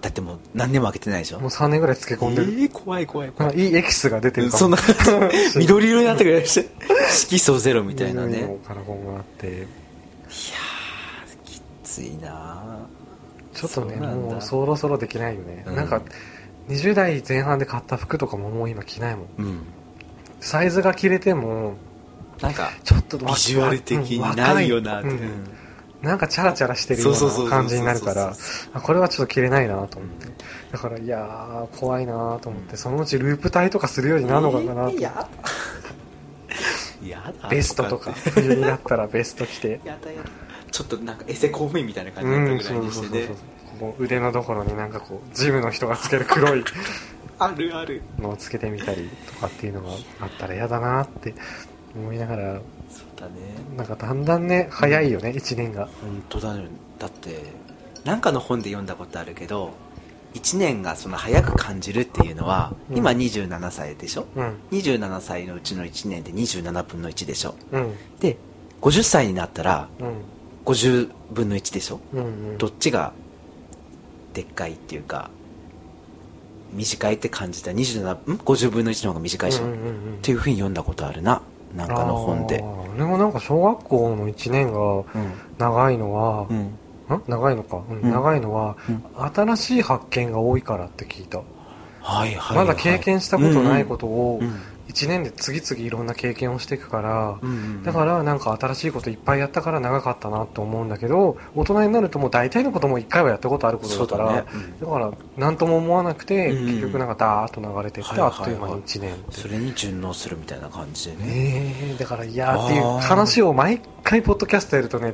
[SPEAKER 2] だってもう何年も開けてないでしょ
[SPEAKER 1] もう3年ぐらい漬け込んでる、
[SPEAKER 2] えー怖い怖い
[SPEAKER 1] な
[SPEAKER 2] 怖
[SPEAKER 1] ん
[SPEAKER 2] い
[SPEAKER 1] かいいエキスが出てるかも
[SPEAKER 2] そんな <laughs> 緑色になってくれるし色素ゼロみたいなね
[SPEAKER 1] 緑のカラコンがあって
[SPEAKER 2] きついな
[SPEAKER 1] ちょっとね
[SPEAKER 2] そうなんだ
[SPEAKER 1] もうそろそろできないよね、
[SPEAKER 2] うん
[SPEAKER 1] なんか20代前半で買った服とかももう今着ないもん
[SPEAKER 2] うん
[SPEAKER 1] サイズが着れても
[SPEAKER 2] なんか
[SPEAKER 1] ちょっと
[SPEAKER 2] ビジュアル的にないよなって、
[SPEAKER 1] うん若いうんなんかチャラチャラしてるよ
[SPEAKER 2] そうそうそう
[SPEAKER 1] う
[SPEAKER 2] そう
[SPEAKER 1] な感じになるからあこれはちょっと着れないなと思ってだからいやー怖いなーと思ってそのうちループ体とかするようになるのかなと思っ
[SPEAKER 2] えー
[SPEAKER 1] て
[SPEAKER 2] やだやだ
[SPEAKER 1] ベストとか冬になったらベス
[SPEAKER 2] <laughs>
[SPEAKER 1] ト着て
[SPEAKER 2] やだやだちょっとなんかエセ公務員みたいな
[SPEAKER 1] う
[SPEAKER 2] 感じだ
[SPEAKER 1] ん
[SPEAKER 2] ったぐらいにしてね、
[SPEAKER 1] ここ腕のところになんかこうジムの人がつける黒い <laughs>
[SPEAKER 2] あるある
[SPEAKER 1] のをつけてみたりとかっていうのがあったら嫌だなって思いながら
[SPEAKER 2] そうだね
[SPEAKER 1] なんかだんだんね早いよね1年が
[SPEAKER 2] 本当だねだってなんかの本で読んだことあるけど1年がその早く感じるっていうのは
[SPEAKER 1] うん
[SPEAKER 2] 今27歳でしょ
[SPEAKER 1] うん
[SPEAKER 2] 27歳のうちの1年で27分の1でしょ
[SPEAKER 1] うん
[SPEAKER 2] で50歳になったら
[SPEAKER 1] うん
[SPEAKER 2] 50分の1でしょ
[SPEAKER 1] うんうん
[SPEAKER 2] どっちがでっかいっていうか短いって感じた27ん50分の1の方が短いでしょ、
[SPEAKER 1] うん
[SPEAKER 2] っ
[SPEAKER 1] うんうんうん
[SPEAKER 2] ていうふうに読んだことあるななんかの本
[SPEAKER 1] あ
[SPEAKER 2] で
[SPEAKER 1] ー俺もなんか小学校の1年が
[SPEAKER 2] うん
[SPEAKER 1] 長いのは、、
[SPEAKER 2] うんん
[SPEAKER 1] 長いのか、うん
[SPEAKER 2] うん
[SPEAKER 1] 長いのは、
[SPEAKER 2] うん
[SPEAKER 1] 新しい発見が多いからって聞いた。
[SPEAKER 2] はいはいは
[SPEAKER 1] ま
[SPEAKER 2] い
[SPEAKER 1] だ経験したことないことを
[SPEAKER 2] うんうん
[SPEAKER 1] 1年で次々いろんな経験をしていくから
[SPEAKER 2] うんうんうん
[SPEAKER 1] だからなんか新しいこといっぱいやったから長かったなと思うんだけど大人になるともう大体のことも1回はやったことあることだから
[SPEAKER 2] そう
[SPEAKER 1] だ,、
[SPEAKER 2] だねうん
[SPEAKER 1] から何とも思わなくて、
[SPEAKER 2] うん
[SPEAKER 1] 結局なんかダーッと流れてって、
[SPEAKER 2] はいはいはい
[SPEAKER 1] あっという間に1年って
[SPEAKER 2] それに順応するみたいな感じでね
[SPEAKER 1] ねえだからいやーっていう
[SPEAKER 2] あー
[SPEAKER 1] 話を毎回ポッドキャストやるとね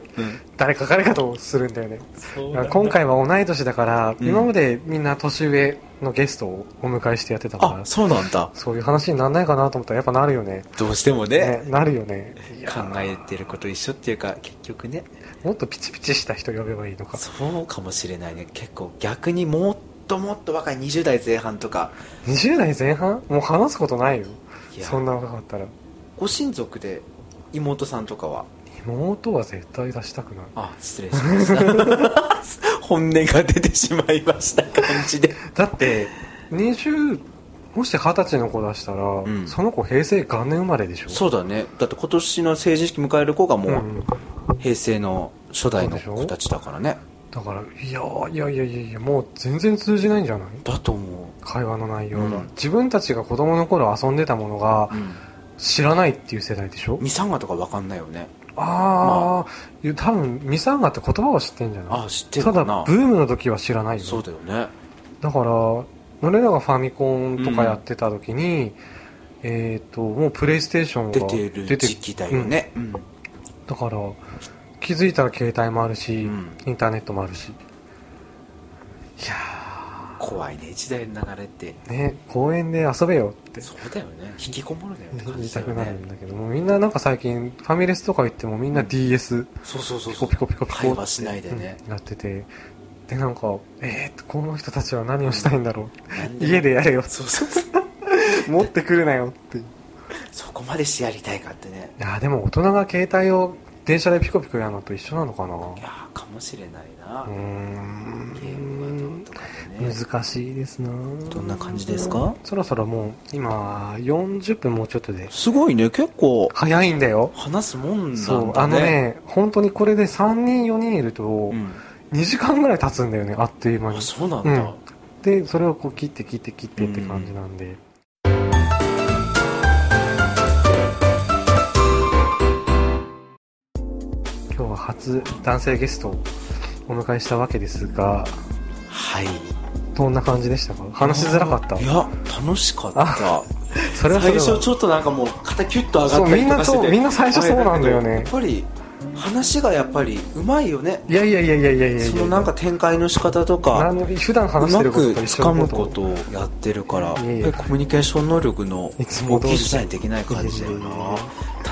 [SPEAKER 1] 誰か誰かとするんだよね
[SPEAKER 2] そう
[SPEAKER 1] だか
[SPEAKER 2] な
[SPEAKER 1] ら
[SPEAKER 2] んだ
[SPEAKER 1] 今回は同い年だから、
[SPEAKER 2] うん
[SPEAKER 1] 今までみんな年上のゲストをお迎えしてやってたか
[SPEAKER 2] あ
[SPEAKER 1] ら
[SPEAKER 2] そうなんだ
[SPEAKER 1] そういう話にならないかなと思ったらやっぱなるよね
[SPEAKER 2] どうしてもね
[SPEAKER 1] ねなるよねいや
[SPEAKER 2] 考
[SPEAKER 1] ー
[SPEAKER 2] えてること一緒っていうか結局ね
[SPEAKER 1] もっとピチピチした人呼べばいいのか
[SPEAKER 2] そうかもしれないね結構逆にもっともっと若い20代前半とか
[SPEAKER 1] 20代前半もう話すことないよ
[SPEAKER 2] いや
[SPEAKER 1] そんな若かったら
[SPEAKER 2] ご親族で妹さんとかは
[SPEAKER 1] 妹は絶対出したくない
[SPEAKER 2] あ失礼しました <laughs> 本音が出てしまいました感じで
[SPEAKER 1] だって20もし20歳の子出したら、
[SPEAKER 2] ん
[SPEAKER 1] その子平成元年生まれでしょ
[SPEAKER 2] そうだねだって今年の成人式迎える子がも
[SPEAKER 1] ん
[SPEAKER 2] う、
[SPEAKER 1] ん
[SPEAKER 2] 平成の初代の
[SPEAKER 1] そうでし
[SPEAKER 2] 子
[SPEAKER 1] ょ
[SPEAKER 2] たちだからね
[SPEAKER 1] だからいやーいやいやいやいやもう全然通じないんじゃない
[SPEAKER 2] だと思
[SPEAKER 1] 会話の内容が、
[SPEAKER 2] うん
[SPEAKER 1] 自分たちが子供の頃遊んでたものが
[SPEAKER 2] う、うん、
[SPEAKER 1] 知らないっていう世代でしょ
[SPEAKER 2] ミサンガとか分かんないよね
[SPEAKER 1] ああ、多分ミサンガって言葉は知ってんじゃない
[SPEAKER 2] あ知ってる
[SPEAKER 1] た
[SPEAKER 2] か
[SPEAKER 1] だ
[SPEAKER 2] な
[SPEAKER 1] ブームの時は知らないよね
[SPEAKER 2] そうだよね
[SPEAKER 1] だから俺らがファミコンとかやってた時に、えっ、ともうプレイステーション
[SPEAKER 2] 出
[SPEAKER 1] が
[SPEAKER 2] てる時期だよねうん、
[SPEAKER 1] だから気づいたら携帯もあるし、
[SPEAKER 2] うん
[SPEAKER 1] インターネットもあるしいや
[SPEAKER 2] 怖いね一代の流れって
[SPEAKER 1] ーね公園で遊べよって
[SPEAKER 2] そうだよね引きこもるだよね
[SPEAKER 1] 言
[SPEAKER 2] 感
[SPEAKER 1] い
[SPEAKER 2] じだ
[SPEAKER 1] た
[SPEAKER 2] よ
[SPEAKER 1] くなる
[SPEAKER 2] ね
[SPEAKER 1] んだけどもみんななんか最近ファミレスとか行ってもみんな DS
[SPEAKER 2] そうそうそう
[SPEAKER 1] ピコ
[SPEAKER 2] そう
[SPEAKER 1] ピコピコピコ
[SPEAKER 2] 会話しないでね、
[SPEAKER 1] うんなっててでなんかえー、この人たちは何をしたいんだろ
[SPEAKER 2] なん
[SPEAKER 1] う家でやれよ
[SPEAKER 2] そうそうそう
[SPEAKER 1] 持ってくるなよってい
[SPEAKER 2] そこまでしてやりたいかってね
[SPEAKER 1] やでも大人が携帯を電車でピコピコやるのと一緒なのかない
[SPEAKER 2] やーかもしれないう
[SPEAKER 1] ー
[SPEAKER 2] な、ゲーム
[SPEAKER 1] ん
[SPEAKER 2] がどうとかでね
[SPEAKER 1] 難しいですな
[SPEAKER 2] どんな感じですか
[SPEAKER 1] そろそろもう今40分もうちょっとです
[SPEAKER 2] ごいね結構
[SPEAKER 1] 早いんだよ
[SPEAKER 2] 話すもんなんだね
[SPEAKER 1] そうあのね本当にこれで3人4人いると
[SPEAKER 2] うん、
[SPEAKER 1] 2時間ぐらい経つんだよねあっという間に
[SPEAKER 2] あそうなんだ、
[SPEAKER 1] うんでそれをこう切って切って切ってって感じなんで、今日は初男性ゲストをお迎えしたわけですが
[SPEAKER 2] はい
[SPEAKER 1] どんな感じでしたか話しづらかった
[SPEAKER 2] いや楽しかった
[SPEAKER 1] それはそ
[SPEAKER 2] 最
[SPEAKER 1] れ
[SPEAKER 2] 初
[SPEAKER 1] は
[SPEAKER 2] ちょっとなんかもう肩キュッと上
[SPEAKER 1] そ
[SPEAKER 2] が
[SPEAKER 1] う
[SPEAKER 2] った
[SPEAKER 1] み
[SPEAKER 2] り
[SPEAKER 1] んな
[SPEAKER 2] とかして
[SPEAKER 1] そう
[SPEAKER 2] て
[SPEAKER 1] みんな最初そうなんだよ
[SPEAKER 2] やっ
[SPEAKER 1] ね
[SPEAKER 2] ぱり話がやっぱりうまいよね
[SPEAKER 1] いやいやいやいやいやいやい
[SPEAKER 2] そ
[SPEAKER 1] や
[SPEAKER 2] のなんか展開の仕方とか
[SPEAKER 1] なん普段
[SPEAKER 2] う
[SPEAKER 1] 話し
[SPEAKER 2] ま
[SPEAKER 1] て
[SPEAKER 2] く
[SPEAKER 1] ることと一
[SPEAKER 2] 掴
[SPEAKER 1] 緒の
[SPEAKER 2] む
[SPEAKER 1] こ
[SPEAKER 2] こととをやってるからやっぱ
[SPEAKER 1] いえいえ
[SPEAKER 2] りコミュニケーション能力の
[SPEAKER 1] いつも
[SPEAKER 2] 大
[SPEAKER 1] 通り
[SPEAKER 2] きい時代にできない感じだよ
[SPEAKER 1] いえい
[SPEAKER 2] な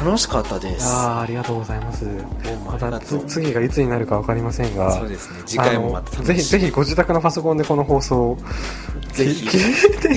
[SPEAKER 2] 楽しかったで
[SPEAKER 1] い
[SPEAKER 2] す
[SPEAKER 1] やーありがとうございます
[SPEAKER 2] どうも
[SPEAKER 1] ま
[SPEAKER 2] あり
[SPEAKER 1] た
[SPEAKER 2] がと
[SPEAKER 1] つ
[SPEAKER 2] う
[SPEAKER 1] 次がいつになるか分かりませんが
[SPEAKER 2] そうですね次回もまた
[SPEAKER 1] あのぜ
[SPEAKER 2] 楽
[SPEAKER 1] ひ
[SPEAKER 2] しみ
[SPEAKER 1] ぜひご自宅のパソコンでこの放送を
[SPEAKER 2] ぜひ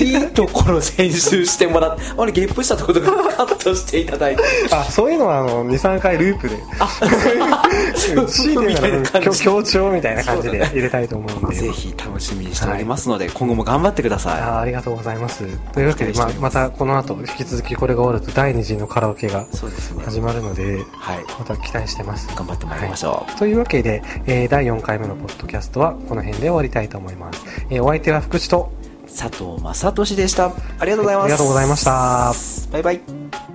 [SPEAKER 2] いいところ編集してもらってあれゲップしたところとかカットしていただいて
[SPEAKER 1] あそういうのはあの23回ループで
[SPEAKER 2] <laughs>
[SPEAKER 1] 強いて言うな
[SPEAKER 2] みたい
[SPEAKER 1] ら
[SPEAKER 2] な感
[SPEAKER 1] 強
[SPEAKER 2] じ
[SPEAKER 1] 強調みたいな感じで
[SPEAKER 2] そうだね
[SPEAKER 1] 入れたいと思うんで
[SPEAKER 2] ぜひ楽しみにしておりますので、今後も頑張ってくださ
[SPEAKER 1] あーありがとうございますというわけで、
[SPEAKER 2] 期
[SPEAKER 1] ま
[SPEAKER 2] 待
[SPEAKER 1] あ
[SPEAKER 2] してお
[SPEAKER 1] ま
[SPEAKER 2] ります
[SPEAKER 1] たこの後引き続きこれが終わると第2次のカラオケが
[SPEAKER 2] いそうですね
[SPEAKER 1] 始まるので
[SPEAKER 2] はい
[SPEAKER 1] また期待してます
[SPEAKER 2] 頑張ってまいりましょう、
[SPEAKER 1] というわけで、えー第4回目のポッドキャストはこの辺で終わりたいと思います、えーお相手は福地と
[SPEAKER 2] 佐藤正俊でしたありがとうございます
[SPEAKER 1] ありがとうございました
[SPEAKER 2] バイバイ